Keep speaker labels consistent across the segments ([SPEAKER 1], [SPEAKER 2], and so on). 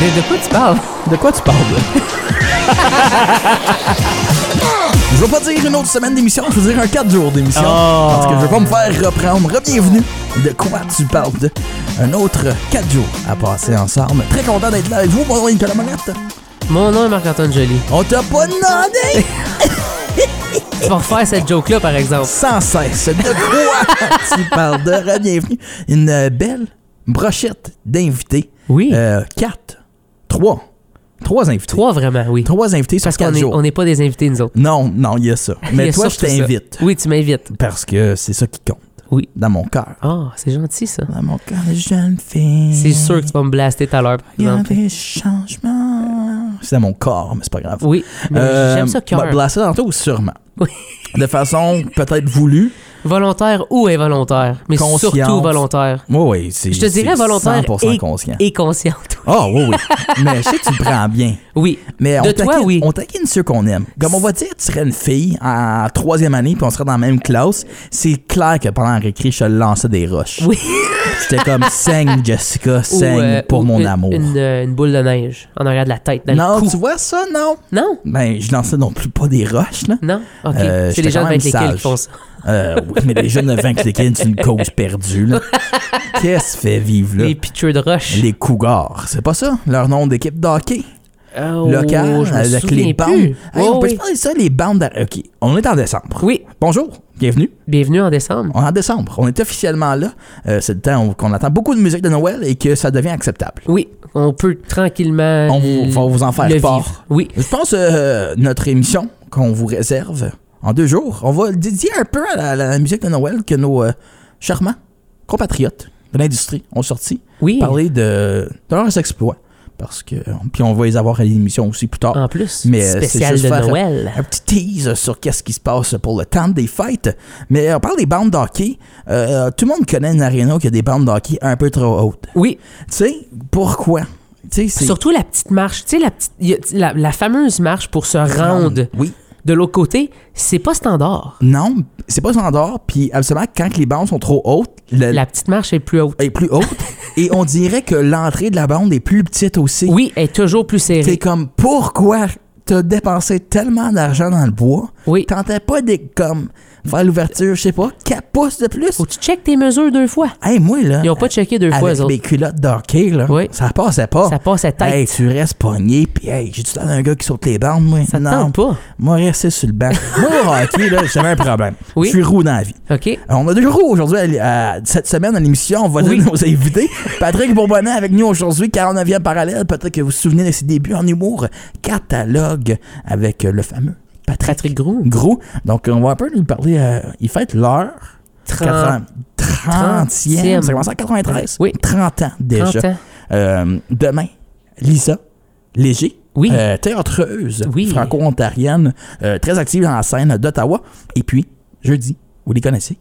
[SPEAKER 1] De, de quoi tu parles?
[SPEAKER 2] De quoi tu parles? je veux pas dire une autre semaine d'émission, je veux dire un 4 jours d'émission.
[SPEAKER 1] Oh.
[SPEAKER 2] Parce que je veux pas me faire reprendre. Bienvenue. De quoi tu parles? De un autre 4 jours à passer ensemble. Très content d'être là avec vous, mon nom est Nicolas Monette.
[SPEAKER 1] Mon nom est Marc-Antoine Joly.
[SPEAKER 2] On t'a pas demandé
[SPEAKER 1] Tu vas refaire cette joke-là, par exemple.
[SPEAKER 2] sans cesse. De quoi tu parles? De re-bienvenue. Une euh, belle brochette d'invités.
[SPEAKER 1] Oui.
[SPEAKER 2] Euh, quatre. Trois. Trois invités.
[SPEAKER 1] Trois, vraiment, oui.
[SPEAKER 2] Trois invités sur
[SPEAKER 1] Parce qu'on
[SPEAKER 2] quatre
[SPEAKER 1] n'est
[SPEAKER 2] jours.
[SPEAKER 1] on est pas des invités, nous autres.
[SPEAKER 2] Non, non, il y a ça.
[SPEAKER 1] Il y
[SPEAKER 2] Mais
[SPEAKER 1] a
[SPEAKER 2] toi, je
[SPEAKER 1] surtout ça.
[SPEAKER 2] t'invite.
[SPEAKER 1] Oui, tu m'invites.
[SPEAKER 2] Parce que c'est ça qui compte.
[SPEAKER 1] Oui.
[SPEAKER 2] Dans mon cœur.
[SPEAKER 1] Ah, c'est gentil, ça.
[SPEAKER 2] Dans mon cœur de jeune fille.
[SPEAKER 1] C'est sûr que tu vas me blaster tout à l'heure, par
[SPEAKER 2] Il y a
[SPEAKER 1] exemple.
[SPEAKER 2] des changements. C'est dans mon corps, mais c'est pas grave.
[SPEAKER 1] Oui, mais
[SPEAKER 2] Euh,
[SPEAKER 1] j'aime ça,
[SPEAKER 2] bah,
[SPEAKER 1] cœur.
[SPEAKER 2] Blaster tantôt, sûrement.
[SPEAKER 1] Oui.
[SPEAKER 2] De façon peut-être voulue.
[SPEAKER 1] Volontaire ou involontaire, mais
[SPEAKER 2] Conscience.
[SPEAKER 1] surtout volontaire.
[SPEAKER 2] Oui, oui. c'est-
[SPEAKER 1] Je te dirais
[SPEAKER 2] c'est
[SPEAKER 1] volontaire
[SPEAKER 2] 100% conscient.
[SPEAKER 1] et consciente.
[SPEAKER 2] Ah, oui, oui. mais je sais que tu le prends bien.
[SPEAKER 1] Oui.
[SPEAKER 2] Mais on,
[SPEAKER 1] De
[SPEAKER 2] taquine,
[SPEAKER 1] toi, oui.
[SPEAKER 2] on taquine ceux qu'on aime. Comme on va dire, tu serais une fille en troisième année, puis on serait dans la même classe. C'est clair que pendant la récré, je te lançais des roches.
[SPEAKER 1] Oui.
[SPEAKER 2] J'étais comme saigne, Jessica,
[SPEAKER 1] Ou,
[SPEAKER 2] saigne
[SPEAKER 1] euh,
[SPEAKER 2] pour
[SPEAKER 1] ou
[SPEAKER 2] mon
[SPEAKER 1] une-
[SPEAKER 2] amour.
[SPEAKER 1] Une, euh, une boule de neige en arrière de la tête. dans le
[SPEAKER 2] Non,
[SPEAKER 1] cou.
[SPEAKER 2] tu vois ça, non?
[SPEAKER 1] Non?
[SPEAKER 2] Ben, je lançais non plus pas des roches, là.
[SPEAKER 1] Non? OK.
[SPEAKER 2] Euh,
[SPEAKER 1] c'est
[SPEAKER 2] j'étais
[SPEAKER 1] les gens
[SPEAKER 2] quand
[SPEAKER 1] de
[SPEAKER 2] même
[SPEAKER 1] 20 lesquels
[SPEAKER 2] sage.
[SPEAKER 1] qui font ça.
[SPEAKER 2] Euh, oui, mais les jeunes de 20 cliquets, c'est une cause perdue, là. Qu'est-ce qui fait vivre, là?
[SPEAKER 1] Les pitchers de roche.
[SPEAKER 2] Les Cougars, c'est pas ça? Leur nom d'équipe d'hockey
[SPEAKER 1] Oh,
[SPEAKER 2] locale
[SPEAKER 1] je me
[SPEAKER 2] avec
[SPEAKER 1] souviens
[SPEAKER 2] les bandes.
[SPEAKER 1] plus.
[SPEAKER 2] Hey,
[SPEAKER 1] Oh,
[SPEAKER 2] on peut
[SPEAKER 1] oui.
[SPEAKER 2] se parler de ça, les bandes. d'ar- OK, on est en décembre.
[SPEAKER 1] Oui.
[SPEAKER 2] Bonjour, bienvenue.
[SPEAKER 1] bienvenue en décembre.
[SPEAKER 2] On est en décembre. On est officiellement là. Euh, c'est le temps où- qu'on attend beaucoup de musique de Noël et que ça devient acceptable.
[SPEAKER 1] Oui, on peut tranquillement
[SPEAKER 2] On vous-
[SPEAKER 1] l-
[SPEAKER 2] va vous en faire
[SPEAKER 1] Euh, le
[SPEAKER 2] part.
[SPEAKER 1] vivre. Oui,
[SPEAKER 2] Je pense euh, notre émission qu'on vous réserve en deux jours, on va le dédier un peu à la, la musique de Noël que nos euh, charmants compatriotes de l'industrie ont sorti.
[SPEAKER 1] oui.
[SPEAKER 2] Parler de, de leurs exploits. Parce que. Puis on va les avoir à l'émission aussi plus tard.
[SPEAKER 1] En plus,
[SPEAKER 2] Mais, euh, c'est
[SPEAKER 1] spécial
[SPEAKER 2] juste
[SPEAKER 1] de
[SPEAKER 2] faire-
[SPEAKER 1] Noël.
[SPEAKER 2] un petit tease sur qu'est-ce qui se passe pour le temps des fêtes. Mais euh, on parle des bandes d'hockey. Euh, tout le monde connaît une aréna qui a des bandes d'hockey un peu trop hautes.
[SPEAKER 1] Oui,
[SPEAKER 2] Tu sais, pourquoi? Tu sais, c'est...
[SPEAKER 1] surtout la petite marche. Tu sais, la, petite, y a- la, la fameuse marche pour se rendre
[SPEAKER 2] Oui.
[SPEAKER 1] de l'autre côté, c'est pas standard.
[SPEAKER 2] Non, c'est pas standard. Puis absolument, quand les bandes sont trop hautes, le-
[SPEAKER 1] La petite marche est plus haute.
[SPEAKER 2] est plus haute. et on dirait que l'entrée de la bande est plus petite aussi.
[SPEAKER 1] Oui, elle est toujours plus
[SPEAKER 2] T'es
[SPEAKER 1] serrée.
[SPEAKER 2] comme, pourquoi t'as dépensé tellement d'argent dans le bois?
[SPEAKER 1] Oui.
[SPEAKER 2] Tentais pas de, comme, faire l'ouverture, je sais pas, 4 pouces de plus?
[SPEAKER 1] Faut que tu checkes tes mesures deux fois.
[SPEAKER 2] Hey, moi, là...
[SPEAKER 1] Ils n'ont pas checké deux fois,
[SPEAKER 2] avec
[SPEAKER 1] eux autres.
[SPEAKER 2] mes culottes d'hockey, là,
[SPEAKER 1] Oui.
[SPEAKER 2] ça passait pas.
[SPEAKER 1] Ça passe à tête.
[SPEAKER 2] Hey, tu restes pogné, puis hey, j'ai-tu l'air d'un gars qui saute les bandes, moi?
[SPEAKER 1] Ça te
[SPEAKER 2] non,
[SPEAKER 1] tente pas.
[SPEAKER 2] moi, rester sur le banc. moi, le hockey, là, j'avais un problème.
[SPEAKER 1] Oui.
[SPEAKER 2] Je suis roux dans la vie.
[SPEAKER 1] OK?
[SPEAKER 2] Euh, On a deux roues aujourd'hui, à l- à- cette semaine, à l'émission, on va
[SPEAKER 1] Oui.
[SPEAKER 2] dire nos invités. Patrick Bourbonnais avec nous aujourd'hui, 49e parallèle. Peut-être que vous vous souvenez de ses débuts en humour. Catalogue avec euh, le fameux Patrick
[SPEAKER 1] Patrick Groux.
[SPEAKER 2] Gros. Donc, on va un peu lui parler. euh, il fête l'heure.
[SPEAKER 1] 30,
[SPEAKER 2] 30e.
[SPEAKER 1] 30e.
[SPEAKER 2] Ça commence en 93.
[SPEAKER 1] Oui.
[SPEAKER 2] 30 ans déjà.
[SPEAKER 1] 30 ans.
[SPEAKER 2] Euh, demain, Lisa Léger.
[SPEAKER 1] Oui.
[SPEAKER 2] euh, théâtreuse
[SPEAKER 1] Oui.
[SPEAKER 2] franco-ontarienne, euh, très active dans la scène d'Ottawa. Et puis, jeudi, vous les connaissez,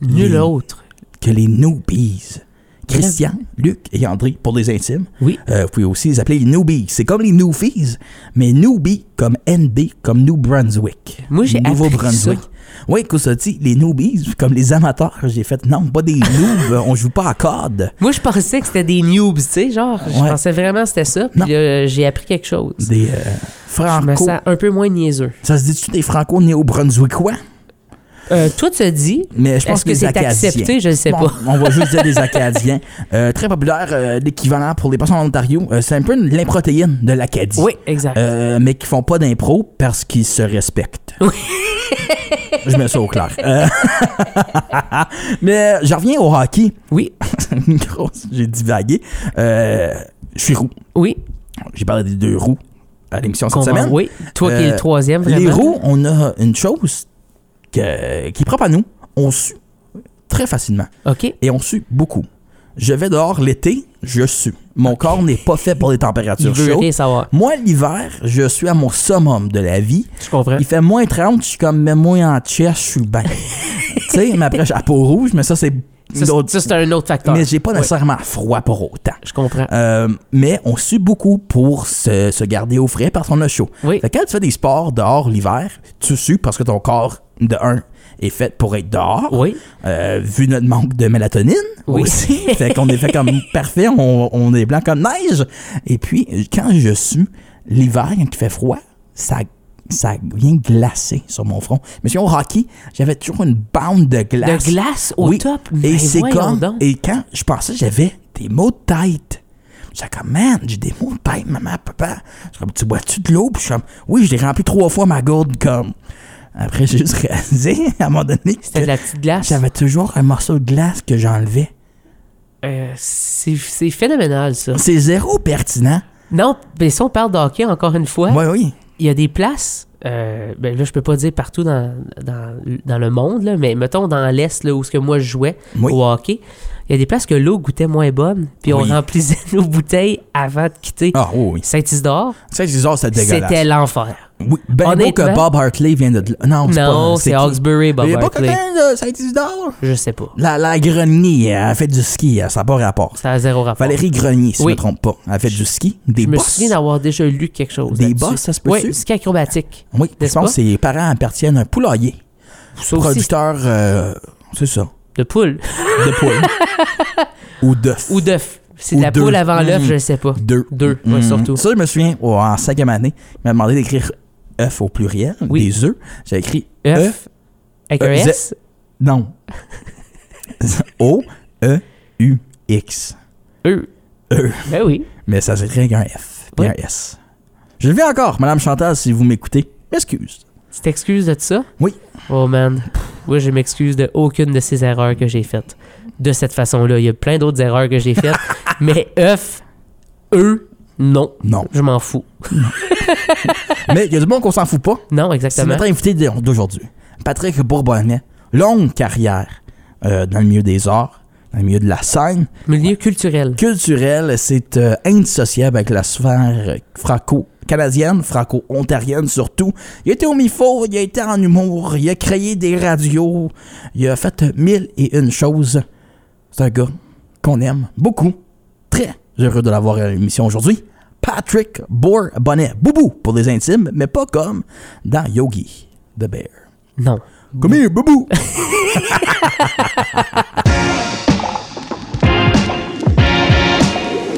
[SPEAKER 1] Nul
[SPEAKER 2] Les-
[SPEAKER 1] autre.
[SPEAKER 2] que les Noobies, Christian, Luc et André, pour les intimes,
[SPEAKER 1] Oui.
[SPEAKER 2] euh, vous pouvez aussi les appeler les Noobies. C'est comme les Newfies, mais Newbie comme NB, comme New Brunswick.
[SPEAKER 1] Moi, j'ai
[SPEAKER 2] Nouveau
[SPEAKER 1] appris
[SPEAKER 2] Brunswick. Oui, qu'est-ce que ça dit? Les Noobies, comme les amateurs, j'ai fait non, pas des noobs, on joue pas à corde.
[SPEAKER 1] Moi, je pensais que c'était des noobs, tu sais, genre. Je
[SPEAKER 2] Ouais.
[SPEAKER 1] pensais vraiment que c'était ça.
[SPEAKER 2] Non.
[SPEAKER 1] Puis là, j'ai appris quelque chose.
[SPEAKER 2] Des euh,
[SPEAKER 1] Je me
[SPEAKER 2] franco.
[SPEAKER 1] sens un peu moins niaiseux.
[SPEAKER 2] Ça se dit-tu des franco-néo-brunswickois?
[SPEAKER 1] Euh, toi, tu as dit,
[SPEAKER 2] Mais je pense
[SPEAKER 1] est-ce que
[SPEAKER 2] les
[SPEAKER 1] c'est
[SPEAKER 2] Acadiens.
[SPEAKER 1] accepté? Je ne sais
[SPEAKER 2] Bon,
[SPEAKER 1] pas.
[SPEAKER 2] on va juste dire des Acadiens. Euh, très populaire, euh, l'équivalent pour les personnes en Ontario. Euh, c'est un peu une- l'improtéine de l'Acadie.
[SPEAKER 1] Oui, exact.
[SPEAKER 2] Euh, mais qui font pas d'impro parce qu'ils se respectent. je mets ça au clair. Euh, mais je reviens au hockey.
[SPEAKER 1] Oui,
[SPEAKER 2] Grosse, J'ai divagué. Euh, je suis roux.
[SPEAKER 1] oui.
[SPEAKER 2] J'ai parlé des deux roues à l'émission cette
[SPEAKER 1] Comment-
[SPEAKER 2] semaine.
[SPEAKER 1] Oui, toi qui es
[SPEAKER 2] Euh,
[SPEAKER 1] le troisième, vraiment.
[SPEAKER 2] Les roues, on a une chose que- qui est propre à nous. On sue très facilement
[SPEAKER 1] OK.
[SPEAKER 2] et on sue beaucoup. Je vais dehors l'été, je sue. Mon corps n'est pas fait pour les
[SPEAKER 1] Je
[SPEAKER 2] températures
[SPEAKER 1] veux
[SPEAKER 2] chaudes.
[SPEAKER 1] rien savoir.
[SPEAKER 2] Moi, l'hiver, je suis à mon summum de la vie.
[SPEAKER 1] Je comprends.
[SPEAKER 2] Il fait moins 30, je suis comme, mets-moi en chest, je suis bien. tu sais, mais après, j'ai la peau rouge, mais ça, c'est
[SPEAKER 1] Ça, c'est-
[SPEAKER 2] d'autres-
[SPEAKER 1] ça, c'est un autre facteur.
[SPEAKER 2] Mais j'ai pas
[SPEAKER 1] Ouais,
[SPEAKER 2] nécessairement froid pour autant.
[SPEAKER 1] je comprends.
[SPEAKER 2] Euh, mais on sue beaucoup pour se, se garder au frais parce qu'on a chaud.
[SPEAKER 1] Oui.
[SPEAKER 2] Fait que quand tu fais des sports dehors l'hiver, tu sues parce que ton corps, de un, est fait pour être dehors.
[SPEAKER 1] Oui.
[SPEAKER 2] Euh, vu notre manque de mélatonine,
[SPEAKER 1] Oui.
[SPEAKER 2] aussi. fait qu'on est fait comme parfait, on, on est blanc comme neige. Et puis, quand je sue, l'hiver, quand il fait froid, ça, ça vient glacer sur mon front. Mais si on hockey, j'avais toujours une bande de glace.
[SPEAKER 1] De glace au
[SPEAKER 2] Oui.
[SPEAKER 1] top.
[SPEAKER 2] Et
[SPEAKER 1] Ben
[SPEAKER 2] c'est
[SPEAKER 1] voyons
[SPEAKER 2] comme.
[SPEAKER 1] donc.
[SPEAKER 2] Et quand je pensais, j'avais des maux de tête. J'étais comme, man, j'ai des maux de tête, maman, papa. Je suis comme, tu bois-tu de l'eau? Puis je suis comme, oui, je l'ai rempli trois fois ma gourde, comme. Après, j'ai juste réalisé, à un moment donné, que
[SPEAKER 1] C'était de la petite glace.
[SPEAKER 2] j'avais toujours un morceau de glace que j'enlevais.
[SPEAKER 1] Euh, c'est c'est phénoménal, ça.
[SPEAKER 2] C'est zéro pertinent.
[SPEAKER 1] Non, mais si on parle de hockey, encore une fois,
[SPEAKER 2] Oui, oui.
[SPEAKER 1] il y a des places, euh, ben là, je peux pas dire partout dans, dans, dans le monde, là, mais mettons dans l'Est, là, où ce que moi je jouais
[SPEAKER 2] Oui.
[SPEAKER 1] au hockey, il y a des places que l'eau goûtait moins bonne, puis on
[SPEAKER 2] Oui.
[SPEAKER 1] remplissait nos bouteilles avant de quitter
[SPEAKER 2] Ah, oui, oui.
[SPEAKER 1] Saint-Isidore.
[SPEAKER 2] Ça, c'est bizarre, c'est dégueulasse.
[SPEAKER 1] C'était l'enfer.
[SPEAKER 2] Oui, ben beau
[SPEAKER 1] Honnêtement-
[SPEAKER 2] que Bob Hartley vient de. Non, c'est pas-
[SPEAKER 1] Non, c'est
[SPEAKER 2] qui?
[SPEAKER 1] Hawkesbury, Bob
[SPEAKER 2] Il y a pas
[SPEAKER 1] Hartley.
[SPEAKER 2] quelqu'un de Saint-Isidore?
[SPEAKER 1] Je sais pas.
[SPEAKER 2] La, la grenier, elle fait du ski, euh, ça n'a pas rapport.
[SPEAKER 1] Ça a zéro rapport.
[SPEAKER 2] Valérie Grenier, si je
[SPEAKER 1] Oui.
[SPEAKER 2] ne me trompe pas. Elle fait du ski, des
[SPEAKER 1] je me
[SPEAKER 2] bosses.
[SPEAKER 1] souviens d'avoir déjà lu quelque chose.
[SPEAKER 2] Des
[SPEAKER 1] là-dessus.
[SPEAKER 2] bosses, ça se peut-tu?
[SPEAKER 1] Oui, ski acrobatique.
[SPEAKER 2] Oui, je
[SPEAKER 1] n'est-ce pas?
[SPEAKER 2] pense que ses parents appartiennent à un poulailler.
[SPEAKER 1] Ça aussi,
[SPEAKER 2] producteur, euh, c'est ça,
[SPEAKER 1] de poule.
[SPEAKER 2] de poules. ou d'œufs.
[SPEAKER 1] Ou d'œuf. C'est
[SPEAKER 2] Ou
[SPEAKER 1] de la
[SPEAKER 2] deux.
[SPEAKER 1] poule avant l'œuf,
[SPEAKER 2] Mm.
[SPEAKER 1] je sais pas.
[SPEAKER 2] Deux.
[SPEAKER 1] Deux, ouais,
[SPEAKER 2] Mhm.
[SPEAKER 1] surtout.
[SPEAKER 2] Ça, je me souviens, oh, en cinquième année, il m'a demandé d'écrire œuf au pluriel,
[SPEAKER 1] Oui.
[SPEAKER 2] des œufs. J'ai écrit œuf,
[SPEAKER 1] Œuf. Avec un
[SPEAKER 2] Euh,
[SPEAKER 1] S.
[SPEAKER 2] non. E, O-E-U-X.
[SPEAKER 1] Eux.
[SPEAKER 2] Eux.
[SPEAKER 1] E. Ben oui.
[SPEAKER 2] Mais ça s'écrit avec un F, puis
[SPEAKER 1] Oui.
[SPEAKER 2] un S. Je le vis encore, Madame Chantal, si vous m'écoutez. Excuse.
[SPEAKER 1] Tu t'excuses de ça?
[SPEAKER 2] Oui.
[SPEAKER 1] Oh man. Pff, Moi, je m'excuse de aucune de ces erreurs que j'ai faites. De cette façon-là. Il y a plein d'autres erreurs que j'ai faites. mais œuf, eux, non.
[SPEAKER 2] Non.
[SPEAKER 1] Je m'en fous.
[SPEAKER 2] Mais il y a du bon qu'on s'en fout pas.
[SPEAKER 1] Non,
[SPEAKER 2] C'est
[SPEAKER 1] exactement.
[SPEAKER 2] notre invité d'au- d'aujourd'hui, Patrick Bourbonnet. Longue carrière euh, dans le milieu des arts, dans le milieu de la scène.
[SPEAKER 1] Milieu culturel.
[SPEAKER 2] Culturel, c'est euh, indissociable avec la sphère euh, franco-canadienne, franco-ontarienne surtout. Il a été au MIFO, il a été en humour, il a créé des radios, il a fait euh, mille et une choses. C'est un gars qu'on aime beaucoup. Très heureux de l'avoir à l'émission aujourd'hui. Patrick Bourbonnet. Boubou pour les intimes, mais pas comme dans Yogi the Bear.
[SPEAKER 1] Non.
[SPEAKER 2] Come here, Boubou!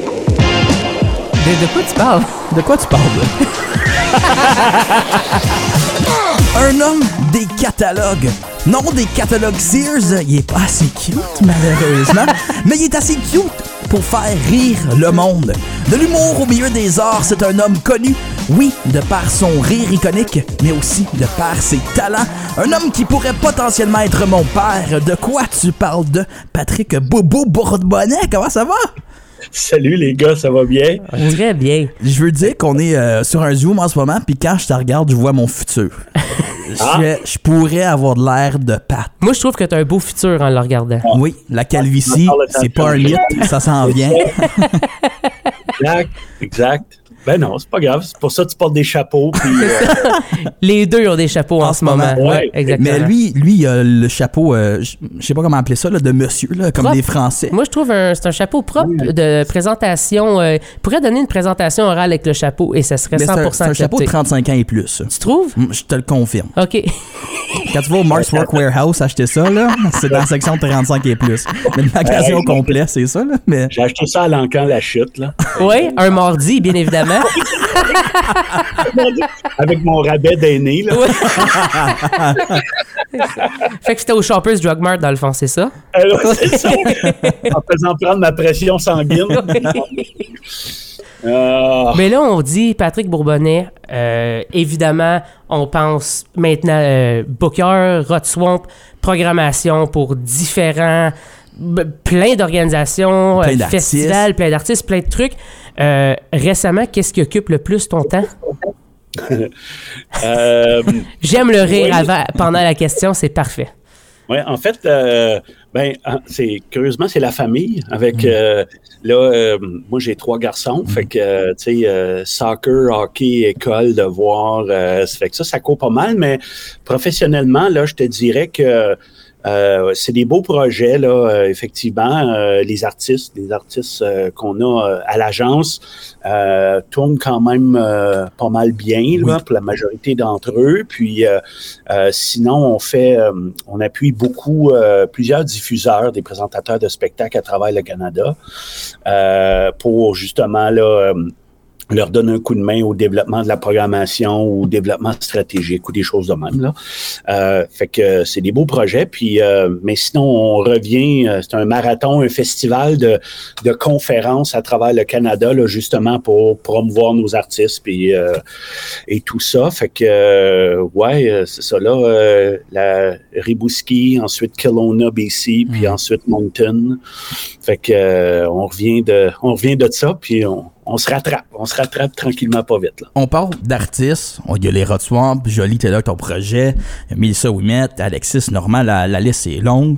[SPEAKER 1] De, de quoi tu parles?
[SPEAKER 2] De quoi tu parles? Un homme des catalogues. Non, des catalogues Sears, il est pas assez cute, malheureusement, mais il est assez cute pour faire rire le monde. De l'humour au milieu des arts, c'est un homme connu, oui, de par son rire iconique, mais aussi de par ses talents. Un homme qui pourrait potentiellement être mon père. De quoi tu parles de Patrick Bobo Bourbonnet? Comment ça va?
[SPEAKER 3] Salut les gars, ça va bien?
[SPEAKER 1] Ah, Très bien.
[SPEAKER 2] Je veux dire qu'on est euh, sur un Zoom en ce moment, puis quand je te regarde, je vois mon futur. je, je pourrais avoir de l'air de Pat.
[SPEAKER 1] Moi, je trouve que t'as un beau futur en le regardant.
[SPEAKER 2] Oui, la calvitie, c'est pas un mythe, ça s'en vient.
[SPEAKER 3] Exact, exact. Ben non, c'est pas grave. C'est pour ça que tu portes des chapeaux. Puis, euh,
[SPEAKER 1] Les deux ont des chapeaux en,
[SPEAKER 2] En
[SPEAKER 1] ce
[SPEAKER 2] ce
[SPEAKER 1] moment.
[SPEAKER 3] moment,
[SPEAKER 1] Ouais,
[SPEAKER 3] ouais.
[SPEAKER 1] exactement.
[SPEAKER 2] Mais lui, lui, il a le chapeau, euh, je je sais pas comment appeler ça, là, de monsieur, là, comme
[SPEAKER 1] Propre.
[SPEAKER 2] des Français.
[SPEAKER 1] Moi, je trouve un, c'est un chapeau propre de présentation. euh, il pourrait donner une présentation orale avec le chapeau et ça serait
[SPEAKER 2] Mais c'est
[SPEAKER 1] 100%
[SPEAKER 2] un, c'est un chapeau de
[SPEAKER 1] accepté.
[SPEAKER 2] 35 ans et plus.
[SPEAKER 1] Tu trouves?
[SPEAKER 2] Mm, Je te le confirme.
[SPEAKER 1] OK.
[SPEAKER 2] Quand tu vas au Mars Work Warehouse acheter ça, là, c'est dans la section 35 et plus. Le magasin au complet, c'est ça, là. Mais
[SPEAKER 3] J'ai acheté ça à l'encan, la chute, là.
[SPEAKER 1] oui, un mardi, bien évidemment.
[SPEAKER 3] Avec mon rabais d'aîné, là.
[SPEAKER 1] Ouais. fait que c'était au Shoppers Drug Mart, dans le fond, c'est ça?
[SPEAKER 3] Alors, c'est ça. En faisant prendre ma pression sanguine. Ah,
[SPEAKER 1] Mais là, on dit Patrick Bourbonnais. euh, évidemment, on pense maintenant euh, Booker, Rod Swamp, programmation pour différents. b- plein d'organisations,
[SPEAKER 2] Plein
[SPEAKER 1] euh,
[SPEAKER 2] d'artistes.
[SPEAKER 1] festivals, plein d'artistes, plein de trucs. Euh, récemment, qu'est-ce qui occupe le plus ton temps?
[SPEAKER 3] euh,
[SPEAKER 1] J'aime le rire
[SPEAKER 3] Oui.
[SPEAKER 1] avant, pendant la question, c'est parfait.
[SPEAKER 3] ouais, en fait, euh, ben, ah, c'est curieusement, c'est la famille. Avec euh, là, euh, moi j'ai trois garçons. Fait que euh, tu sais, euh, soccer, hockey, école, devoir. euh, ça fait que ça, ça court pas mal. Mais professionnellement, là, je te dirais que Euh, c'est des beaux projets, là, euh, effectivement. Euh, les artistes, les artistes euh, qu'on a à l'agence euh, tournent quand même euh, pas mal bien là, pour la majorité d'entre eux. Puis euh, sinon, on fait euh, on appuie beaucoup euh, plusieurs diffuseurs, des présentateurs de spectacles à travers le Canada euh, pour justement là euh, leur donne un coup de main au développement de la programmation ou au développement stratégique ou des choses de même là. Euh, fait que c'est des beaux projets puis euh, mais sinon on revient euh, c'est un marathon un festival de, de conférences à travers le Canada là, justement pour promouvoir nos artistes puis euh, et tout ça fait que euh, ouais c'est ça là euh, la Ribouski ensuite Kelowna BC puis mmh. ensuite Moncton fait que euh, on revient de on revient de ça puis on on se rattrape. On se rattrape tranquillement pas vite. Là.
[SPEAKER 2] On parle d'artistes. Il y a les Rod Swamp, Jolie, t'es là avec ton projet, Melissa Wimette, Alexis Normand, la, la, liste est longue.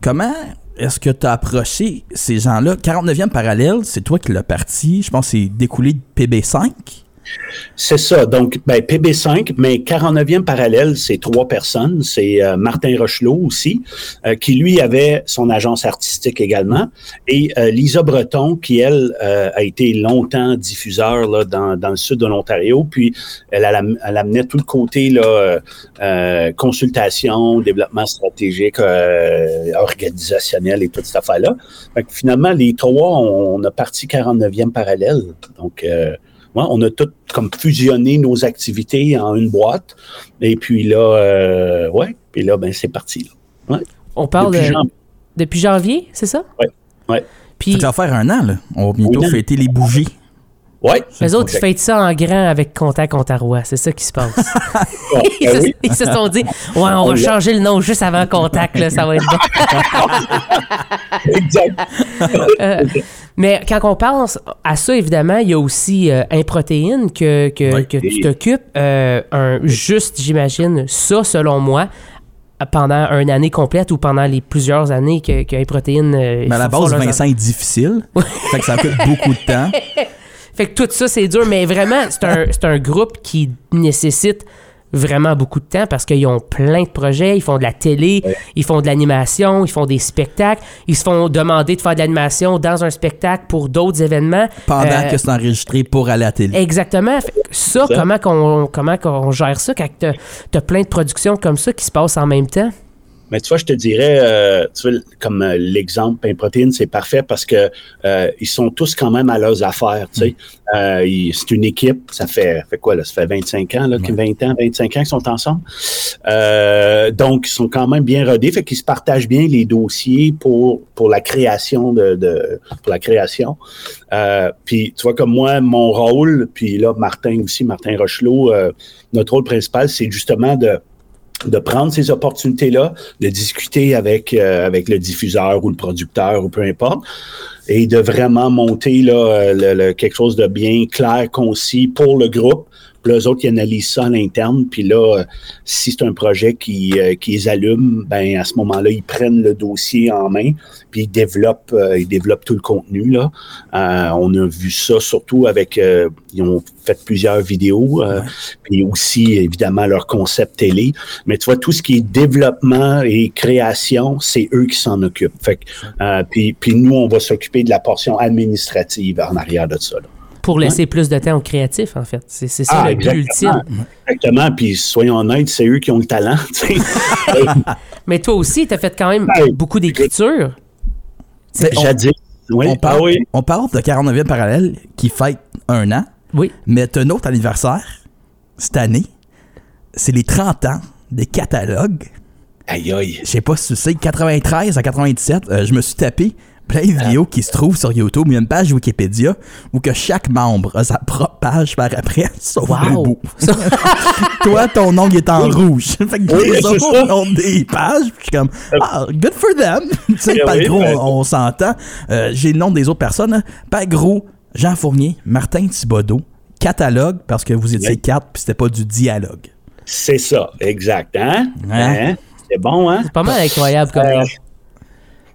[SPEAKER 2] Comment est-ce que tu as approché ces gens-là? 49e parallèle, c'est toi qui l'as parti. Je pense que c'est découlé de PB5.
[SPEAKER 3] C'est ça. Donc, ben, PB5, mais 49e parallèle, c'est trois personnes. C'est euh, Martin Rochelot aussi, euh, qui lui avait son agence artistique également, et euh, Lisa Breton, qui elle euh, a été longtemps diffuseur là, dans, dans le sud de l'Ontario. Puis, elle, elle, elle, amenait tout le côté là, euh, consultation, développement stratégique, euh, organisationnel et toute cette affaire-là. Finalement, les trois, on, on, a parti 49e parallèle. Donc, euh, Ouais, on a tout comme fusionné nos activités en une boîte. Et puis là, euh, ouais, puis là, ben c'est parti. Là. Ouais.
[SPEAKER 1] On parle depuis, de, janvier, depuis janvier c'est ça?
[SPEAKER 3] Oui. Ouais.
[SPEAKER 2] Puis, ça va faire un an, là. On va bientôt fêter les bougies.
[SPEAKER 3] Oui.
[SPEAKER 1] Les autres, ils fêtent ça en grand avec Contact Ontarois. C'est ça qui se passe.
[SPEAKER 3] ben
[SPEAKER 1] ils, se, ils, se, sont dit, ouais, on va changer le nom juste avant Contact, là, ça va être
[SPEAKER 3] bon. exact.
[SPEAKER 1] Euh, mais quand on pense à ça, évidemment, il y a aussi euh, Improtéine que, que, oui. que tu t'occupes. Euh, un, juste, j'imagine, ça, selon moi, pendant une année complète ou pendant les plusieurs années que, que Improtéine. Euh,
[SPEAKER 2] mais à la base, Vincent en... est difficile. fait que ça coûte beaucoup de temps.
[SPEAKER 1] Fait que tout ça, c'est dur, mais vraiment, c'est un, un groupe qui nécessite vraiment beaucoup de temps parce qu'ils ont plein de projets, ils font de la télé, ouais. ils font de l'animation, ils font des spectacles, ils se font demander de faire de l'animation dans un spectacle pour d'autres événements.
[SPEAKER 2] Pendant euh, que c'est enregistré pour aller à la télé.
[SPEAKER 1] Exactement. Ça, ça. comment qu'on comment qu'on gère ça quand tu as, as plein de productions comme ça qui se passent en même temps?
[SPEAKER 3] Mais tu vois, je te dirais, euh, tu vois, comme euh, l'exemple Pain Protéine, c'est parfait parce que euh, ils sont tous quand même à leurs affaires, tu sais. Euh, c'est une équipe, ça fait, fait quoi là, ça fait 25 ans, là, ouais. 20 ans, 25 ans qu'ils sont ensemble. Euh, donc, ils sont quand même bien rodés, fait qu'ils se partagent bien les dossiers pour pour la création de, de pour la création. Euh, puis tu vois comme moi, mon rôle, puis là Martin aussi, Martin Rochelot, euh, notre rôle principal, c'est justement de de prendre ces opportunités-là, de discuter avec, euh, avec le diffuseur ou le producteur ou peu importe, et de vraiment monter là, euh, le, le, quelque chose de bien clair, concis pour le groupe. Puis eux autres, ils analysent ça à l'interne. Puis là, euh, si c'est un projet qui, euh, qui les allume, ben à ce moment-là, ils prennent le dossier en main, puis ils développent, euh, ils développent tout le contenu. Là. Euh, on a vu ça surtout avec, euh, ils ont fait plusieurs vidéos, ouais. puis aussi, évidemment, leur concept télé. Mais tu vois, tout ce qui est développement et création, c'est eux qui s'en occupent. Fait que, euh, puis, puis nous, on va s'occuper de la portion administrative en arrière de ça. Là
[SPEAKER 1] pour laisser ouais. plus de temps aux créatifs, en fait. C'est ça ah, le but ultime.
[SPEAKER 3] Exactement. Puis soyons honnêtes, c'est eux qui ont le talent.
[SPEAKER 1] Mais toi aussi, tu as fait quand même ouais. beaucoup d'écriture.
[SPEAKER 3] Jadis. Oui.
[SPEAKER 2] On, parle, ah oui. on parle de 49e parallèle qui fête un an.
[SPEAKER 1] Oui.
[SPEAKER 2] Mais as un autre anniversaire cette année. C'est les 30 ans des catalogues.
[SPEAKER 3] Aïe aïe.
[SPEAKER 2] Je sais pas si tu sais, 93 à 97, euh, je me suis tapé plein de vidéos qui se trouvent sur YouTube. Il y a une page Wikipédia où que chaque membre a sa propre page par après, sauf wow. le bout. Toi, ton ongle est en rouge. fait que oui, les autres ont des pages. Puis je suis comme, ah, good for them. tu sais, yeah, pas Eh oui, ben, gros, mais... on, on s'entend. Euh, J'ai le nom des autres personnes. Hein. Pas gros, Jean Fournier, Martin Thibodeau, catalogue, parce que vous étiez yeah. quatre, puis c'était pas du dialogue.
[SPEAKER 3] C'est ça, exact. Hein? hein? hein? C'est bon, hein?
[SPEAKER 1] C'est pas mal incroyable comme euh...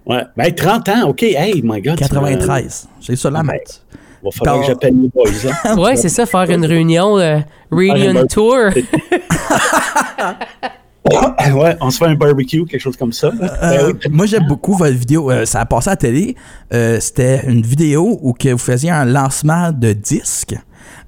[SPEAKER 3] Ouais. Ben, 30 ans, OK. Hey, my God.
[SPEAKER 2] 93. J'ai ça la maths.
[SPEAKER 3] Il va falloir que j'appelle les boys. Hein?
[SPEAKER 1] ouais, c'est ça, faire une réunion, euh, reunion tour.
[SPEAKER 3] ouais, on se fait un barbecue, quelque chose comme ça. Ben
[SPEAKER 1] Ben
[SPEAKER 2] Euh, moi, j'aime beaucoup votre vidéo. Euh, ça a passé à la télé. Euh, C'était une vidéo où que vous faisiez un lancement de disques.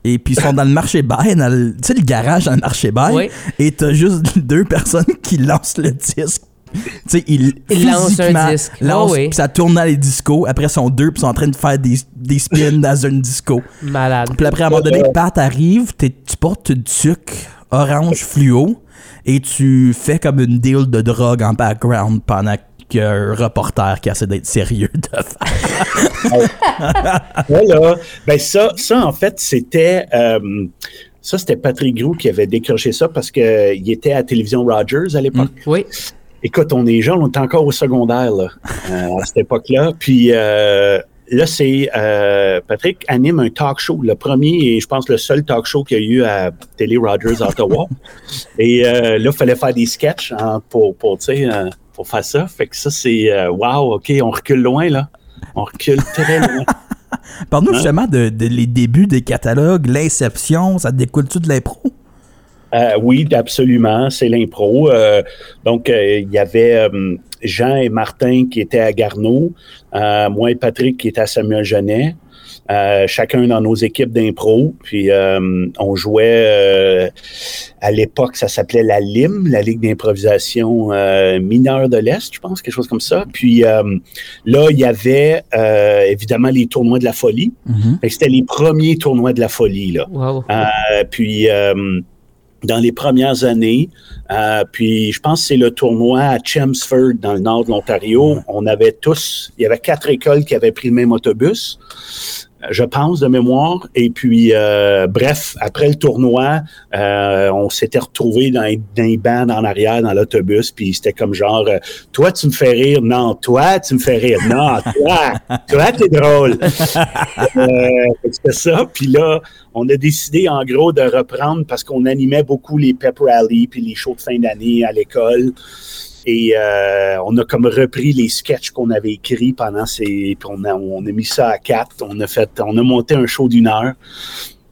[SPEAKER 2] Et puis ils sont dans le marché bail, dans le- tu sais, le garage dans le marché bail.
[SPEAKER 1] Oui.
[SPEAKER 2] Et t'as juste deux personnes qui lancent le disque. Tu sais, ils
[SPEAKER 1] Ils lancent un
[SPEAKER 2] physiquement
[SPEAKER 1] disque.
[SPEAKER 2] lancent,
[SPEAKER 1] Ah oui.
[SPEAKER 2] puis ça tourne dans les discos. Après, ils sont deux, puis ils sont en train de faire des, des spins dans une disco.
[SPEAKER 1] Malade.
[SPEAKER 2] Puis après, à un moment donné, Pat arrive, t'es- tu portes du sucre orange fluo et tu fais comme une deal de drogue en background pendant qu'un reporter qui essaie d'être sérieux de faire.
[SPEAKER 3] Voilà. Ben ça, ça en fait, c'était euh, ça, c'était Patrick Groux qui avait décroché ça parce que euh, il était à la télévision Rogers à l'époque.
[SPEAKER 1] Oui.
[SPEAKER 3] Écoute, on est jeunes, on est encore au secondaire là, euh, à cette époque-là. Puis euh, là, c'est euh, Patrick anime un talk show, le premier et je pense le seul talk show qu'il y a eu à Télé Rogers à Ottawa. et euh, là, il fallait faire des sketchs hein, pour, pour, tu sais, euh, pour faire ça. Fait que ça, c'est euh, wow, OK, on recule loin là. On recule très loin.
[SPEAKER 2] Parle-nous justement de, de les débuts des catalogues, l'inception, ça te découle-tu de l'impro?
[SPEAKER 3] Euh, oui, absolument, c'est l'impro. Euh, donc, euh, il y avait euh, Jean et Martin qui étaient à Garneau, euh, moi et Patrick qui étaient à Samuel Genet, euh, chacun dans nos équipes d'impro. Puis, euh, on jouait, euh, à l'époque, ça s'appelait la LIM, la Ligue d'improvisation euh, mineure de l'Est, je pense, quelque chose comme ça. Puis, euh, là, il y avait euh, évidemment les tournois de la folie. Fait que C'était les premiers tournois de la folie, là.
[SPEAKER 1] Wow.
[SPEAKER 3] Euh, puis euh, dans les premières années, euh, puis je pense que c'est le tournoi à Chelmsford dans le nord de l'Ontario. On avait tous, il y avait quatre écoles qui avaient pris le même autobus, euh, je pense de mémoire. Et puis euh, bref, après le tournoi, euh, on s'était retrouvés dans, les- dans les bandes en arrière dans l'autobus, puis c'était comme genre, euh, toi tu me fais rire, non, toi tu me fais rire, non, toi, toi t'es drôle. Euh, fait que c'était ça. Puis là, on a décidé en gros de reprendre parce qu'on animait beaucoup les pep rallies puis les shows de fin d'année à l'école. Et euh, on a comme repris les sketchs qu'on avait écrits pendant ces. Puis on a, on a mis ça à quatre. On a fait, on a monté un show d'une heure,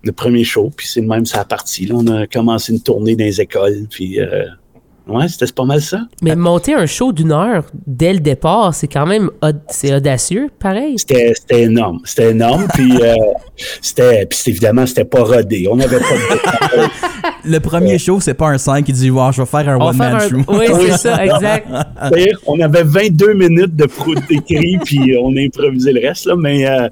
[SPEAKER 3] le premier show. Puis c'est de même ça a parti. Là, on a commencé une tournée dans les écoles. Puis euh, ouais, c'était pas mal ça.
[SPEAKER 1] Mais monter un show d'une heure dès le départ, c'est quand même aud- c'est audacieux, pareil.
[SPEAKER 3] C'était c'était énorme, c'était énorme. puis euh, c'était, puis c'était- évidemment c'était pas rodé. On n'avait pas de
[SPEAKER 2] Le premier show, c'est pas un 5 qui dit wow, je vais faire un
[SPEAKER 1] On va
[SPEAKER 2] one-man
[SPEAKER 1] faire
[SPEAKER 2] show.
[SPEAKER 1] un... Oui, c'est ça, exact.
[SPEAKER 3] C'est-à-dire, on avait 22 minutes de prout d'écrit, puis on a improvisé le reste, là, mais euh,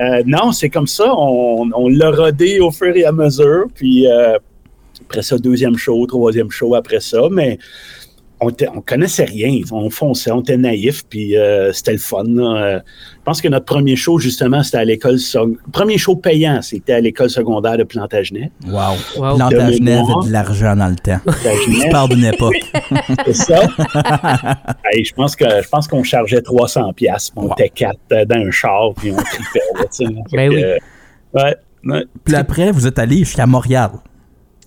[SPEAKER 3] euh, non, c'est comme ça, on, on l'a rodé au fur et à mesure, puis euh, après ça, deuxième show, troisième show après ça, mais on, était- on connaissait rien, on fonçait, on était naïf, puis euh, c'était le fun. là. Euh, Je pense que notre premier show, justement, c'était à l'école, sec- premier show payant, c'était à l'école secondaire de Plantagenet.
[SPEAKER 2] Wow.
[SPEAKER 1] Wow.
[SPEAKER 2] Plantagenet avait de l'argent dans le temps.
[SPEAKER 3] Plantagenet,
[SPEAKER 2] Je parle d'une époque.
[SPEAKER 3] C'est ça. Hey, je pense que je pense qu'on chargeait 300 pièces, on était quatre euh, dans un char puis on tripait. là, tu sais. Fait
[SPEAKER 1] Ben
[SPEAKER 3] que,
[SPEAKER 1] oui.
[SPEAKER 3] euh, Ouais. ouais.
[SPEAKER 2] Puis après, vous êtes allé jusqu'à Montréal.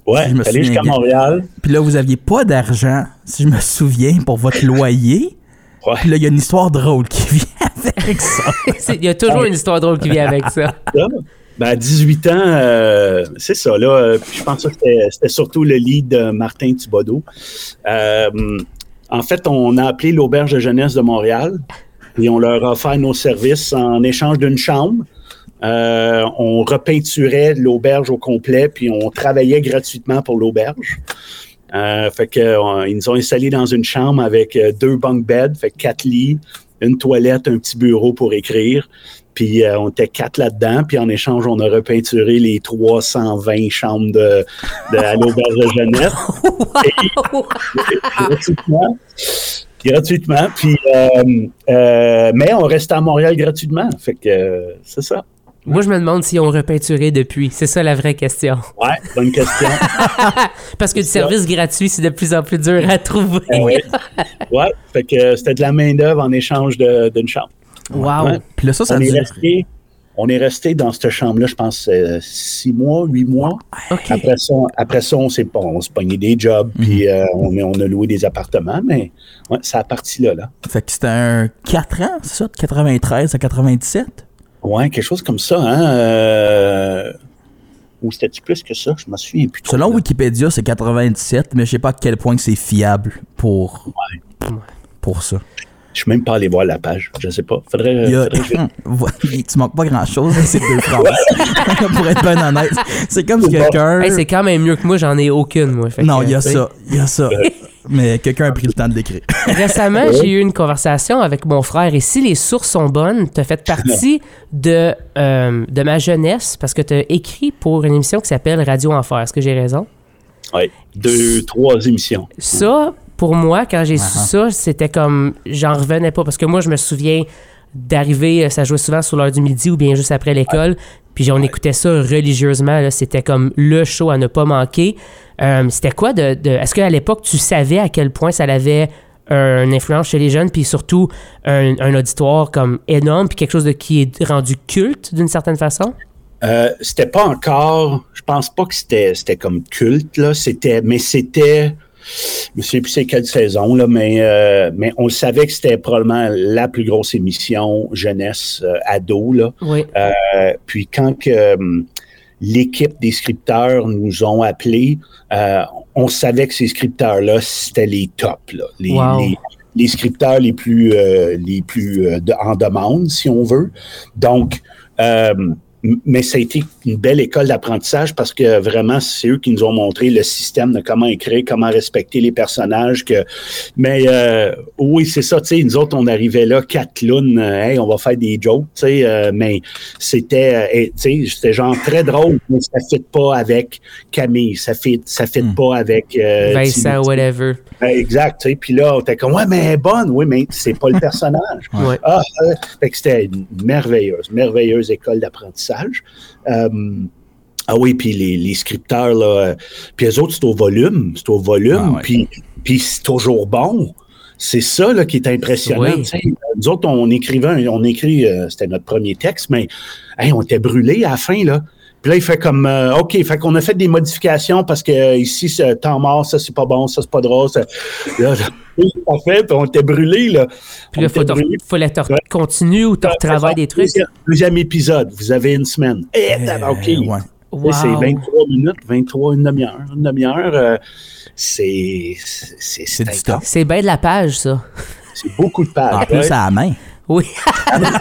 [SPEAKER 3] Ouais,
[SPEAKER 2] Je me
[SPEAKER 3] t'es allé jusqu'à
[SPEAKER 2] souviens bien.
[SPEAKER 3] Montréal.
[SPEAKER 2] Puis là, vous aviez pas d'argent, si je me souviens, pour votre loyer.
[SPEAKER 3] Ouais.
[SPEAKER 2] Puis là, il y a une histoire drôle qui vient avec ça.
[SPEAKER 1] C'est- Il y a toujours une histoire drôle qui vient avec ça.
[SPEAKER 3] ça. Ben, à 18 ans, euh, c'est ça. Là, Euh, puis je pense que c'était c'était surtout le lead de Martin Thibodeau. Euh, en fait, on a appelé l'auberge de jeunesse de Montréal et on leur a offert nos services en échange d'une chambre. Euh, on repeinturait l'auberge au complet, puis on travaillait gratuitement pour l'auberge. Euh, fait que, euh, ils nous ont installés dans une chambre avec euh, deux bunk beds, fait que quatre lits, une toilette, un petit bureau pour écrire. Puis euh, on était quatre là-dedans. Puis en échange, on a repeinturé les 320 chambres de, de, à l'auberge de jeunesse. Et- gratuitement. Gratuitement. Puis, euh, euh, mais on restait à Montréal gratuitement. Fait que euh, c'est ça.
[SPEAKER 1] Moi, je me demande si on repeinturé depuis. C'est ça la vraie question.
[SPEAKER 3] Ouais, bonne question.
[SPEAKER 1] Parce que du service gratuit, c'est de plus en plus dur à trouver.
[SPEAKER 3] ouais. Ben ouais, fait que euh, c'était de la main-d'œuvre en échange de- d'une chambre.
[SPEAKER 1] Wow.
[SPEAKER 3] Ouais.
[SPEAKER 2] Puis là, ça, ça
[SPEAKER 3] on,
[SPEAKER 2] a
[SPEAKER 3] est
[SPEAKER 2] duré-
[SPEAKER 3] resté, on est resté dans cette chambre-là, je pense, euh, six mois, huit mois.
[SPEAKER 1] OK.
[SPEAKER 3] Après ça, après ça, on s'est pas, on se pognait des jobs,
[SPEAKER 2] Mhm.
[SPEAKER 3] puis euh, on, est- on a loué des appartements, mais ouais, ça a parti là, là.
[SPEAKER 2] Fait que c'était un 4 ans, c'est ça, de 93 à 97?
[SPEAKER 3] Ouais, quelque chose comme ça, hein. euh, Ou c'était-tu plus que ça? Je me souviens plus. trop,
[SPEAKER 2] Selon
[SPEAKER 3] là.
[SPEAKER 2] Wikipédia, c'est 97, mais je sais pas à quel point que c'est fiable pour, pour
[SPEAKER 3] Euh,
[SPEAKER 2] ça.
[SPEAKER 3] Je suis même pas allé voir la page. Je sais pas. Faudrait.
[SPEAKER 2] Il y a-
[SPEAKER 3] faudrait que je-
[SPEAKER 2] tu manques pas grand-chose, ces deux phrases. pour être ben honnête, c'est comme si quelqu'un...
[SPEAKER 1] Hey, c'est quand même mieux que moi, j'en ai aucune, moi. Fait
[SPEAKER 2] non,
[SPEAKER 1] que,
[SPEAKER 2] il y a
[SPEAKER 1] tu sais.
[SPEAKER 2] ça, il y a ça.
[SPEAKER 3] Euh.
[SPEAKER 2] mais quelqu'un a pris le temps de l'écrire.
[SPEAKER 1] Récemment, j'ai eu une conversation avec mon frère et si les sources sont bonnes, tu as fait partie de, euh, de ma jeunesse parce que tu as écrit pour une émission qui s'appelle Radio Enfer. Est-ce que j'ai raison?
[SPEAKER 3] Ouais. Deux, trois émissions.
[SPEAKER 1] Ça, pour moi, quand j'ai
[SPEAKER 3] Ah,
[SPEAKER 1] su ça, c'était comme. J'en revenais pas. Parce que moi, je me souviens d'arriver, euh, ça jouait souvent sur l'heure du midi ou bien juste après l'école. Puis on écoutait ça religieusement. là. C'était comme le show à ne pas manquer. Euh, c'était quoi de. de- Est-ce qu'à l'époque, tu savais à quel point ça avait une influence chez les jeunes, puis surtout un, un auditoire comme énorme, puis quelque chose de qui est rendu culte d'une certaine façon?
[SPEAKER 3] Euh, c'était pas encore. Je pense pas que c'était c'était comme culte là. C'était, mais c'était. Je sais plus c'est quelle saison là, mais euh, mais on savait que c'était probablement la plus grosse émission jeunesse euh, ado là.
[SPEAKER 1] Oui.
[SPEAKER 3] Euh, puis quand que, hum, l'équipe des scripteurs nous ont appelés, euh, on savait que ces scripteurs-là, c'était les tops, là. les,
[SPEAKER 1] Wow.
[SPEAKER 3] les- les scripteurs les plus, euh, les plus euh, de- en demande, si on veut. Donc, euh, m- mais ça a été une belle école d'apprentissage parce que vraiment, c'est eux qui nous ont montré le système de comment écrire, comment respecter les personnages. Que... Mais euh, oui, c'est ça, tu sais, nous autres, on arrivait là, quatre lunes, euh, hey, on va faire des jokes, tu sais, euh, mais c'était, euh, eh, tu sais, c'était genre très drôle, mais ça fit pas avec Camille, ça fit, ça fit pas avec... euh,
[SPEAKER 1] Vincent,
[SPEAKER 3] Timothy.
[SPEAKER 1] whatever.
[SPEAKER 3] Ben, exact, tu sais. Puis là, on était comme, ouais, mais elle est bonne, oui, mais c'est pas le personnage.
[SPEAKER 1] Ouais.
[SPEAKER 3] Ah, euh, fait que c'était une merveilleuse, merveilleuse école d'apprentissage. Euh, ah oui, puis les, les scripteurs, là, euh, puis eux autres, c'est au volume, c'est au volume,
[SPEAKER 2] Ah ouais.
[SPEAKER 3] puis, puis c'est toujours bon. C'est ça là, qui est impressionnant.
[SPEAKER 1] Oui.
[SPEAKER 3] tu sais. Nous autres, on écrivait, un- on écrit, euh, c'était notre premier texte, mais hey, on était brûlés à la fin, là. Puis là, il fait comme, euh, OK, fait qu'on a fait des modifications parce que euh, ici, c'est temps mort, ça, c'est pas bon, ça, c'est pas drôle. Ça, là, oui, c'est parfait, puis on était brûlés, là.
[SPEAKER 1] Puis là,
[SPEAKER 3] On
[SPEAKER 1] faut,
[SPEAKER 3] était
[SPEAKER 1] t'en-
[SPEAKER 3] brûlés.
[SPEAKER 1] faut la t'en-
[SPEAKER 3] Ouais.
[SPEAKER 1] continue ou tu retravailles des trucs.
[SPEAKER 3] Deuxième, Euh, deuxième épisode, vous avez une semaine. Eh, attends, OK. Eh,
[SPEAKER 2] Euh, ouais.
[SPEAKER 1] Wow.
[SPEAKER 3] C'est 23 minutes, 23, une demi-heure. Une demi-heure, euh, c'est. C'est
[SPEAKER 2] C'est
[SPEAKER 3] c'est
[SPEAKER 2] du stock.
[SPEAKER 1] C'est bien de la page, ça.
[SPEAKER 3] c'est beaucoup de pages.
[SPEAKER 2] En
[SPEAKER 3] ouais.
[SPEAKER 2] plus, à la main.
[SPEAKER 1] Oui.
[SPEAKER 3] Euh,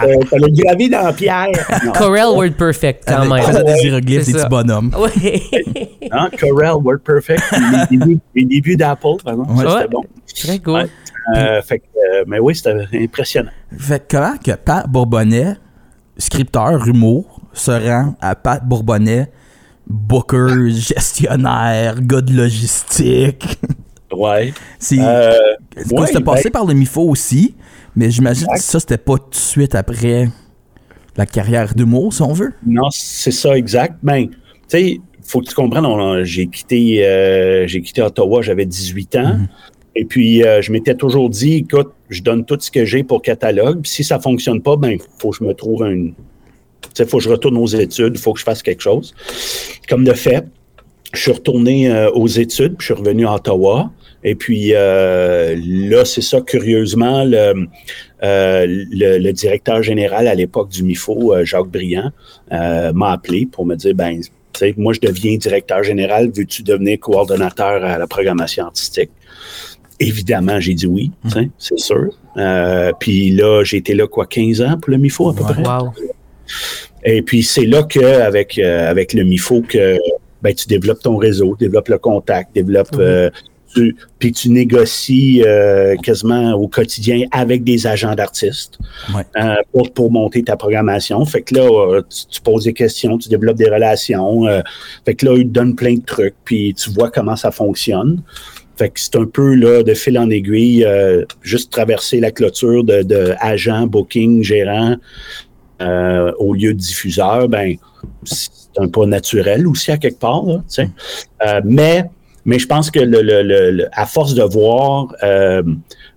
[SPEAKER 3] fallait le graver dans la pierre. Non.
[SPEAKER 1] Corel Word Perfect, quand
[SPEAKER 2] Avec-
[SPEAKER 1] même.
[SPEAKER 2] faisait des hiéroglyphes,
[SPEAKER 1] C'est
[SPEAKER 2] des
[SPEAKER 1] ça.
[SPEAKER 2] petits bonhommes.
[SPEAKER 1] Oui.
[SPEAKER 3] Hein, Corel, WordPerfect, les débuts, les débuts d'Apple, vraiment, ça,
[SPEAKER 1] Ouais.
[SPEAKER 3] c'était bon.
[SPEAKER 1] Très cool.
[SPEAKER 3] Ouais. Euh, fait que, euh, mais oui, c'était impressionnant.
[SPEAKER 2] Fait que comment que Pat Bourbonnais, scripteur, humour, se rend à Pat Bourbonnais, booker, gestionnaire, gars de logistique?
[SPEAKER 3] Ouais.
[SPEAKER 2] C'est
[SPEAKER 3] Euh,
[SPEAKER 2] c'est quoi,
[SPEAKER 3] ouais,
[SPEAKER 2] c'était passé
[SPEAKER 3] ben-
[SPEAKER 2] par le MIFO aussi, mais j'imagine que
[SPEAKER 3] Exact.
[SPEAKER 2] ça, c'était pas tout de suite après la carrière d'humour, si on veut.
[SPEAKER 3] Non, c'est ça, exact. Ben, tu sais, faut que tu comprennes, on- j'ai quitté, euh, j'ai quitté Ottawa, j'avais 18 ans. Et puis, euh, je m'étais toujours dit, écoute, je donne tout ce que j'ai pour catalogue. Puis si ça fonctionne pas, ben, faut que je me trouve un. Tu sais, faut que je retourne aux études, faut que je fasse quelque chose. Comme de fait, je suis retourné euh, aux études, puis je suis revenu à Ottawa. Et puis euh, là, c'est ça, curieusement, le, euh, le, le directeur général à l'époque du MIFO, euh, Jacques Briand, euh, m'a appelé pour me dire, ben, tu sais, moi, je deviens directeur général, veux-tu devenir coordonnateur à la programmation artistique? Évidemment, j'ai dit oui, tu sais, c'est sûr. Euh, puis là, j'ai été là, quoi, 15 ans pour le MIFO à peu près?
[SPEAKER 1] Wow.
[SPEAKER 3] Et puis c'est là que avec euh, avec le Mifo que ben, tu développes ton réseau, développes le contact, développes euh, tu- puis tu négocies euh, quasiment au quotidien avec des agents d'artistes
[SPEAKER 2] Ouais.
[SPEAKER 3] euh, pour, pour monter ta programmation. Fait que là, euh, tu, tu poses des questions, tu développes des relations. euh, fait que là, ils te donnent plein de trucs, puis tu vois comment ça fonctionne. Fait que c'est un peu là, de fil en aiguille, euh, juste traverser la clôture de, de agent, booking, gérant, euh, au lieu de diffuseur, ben, c'est un pas naturel aussi à quelque part. là, tu sais. Euh, mais, mais je pense que le, le- le- le- à force de voir, euh,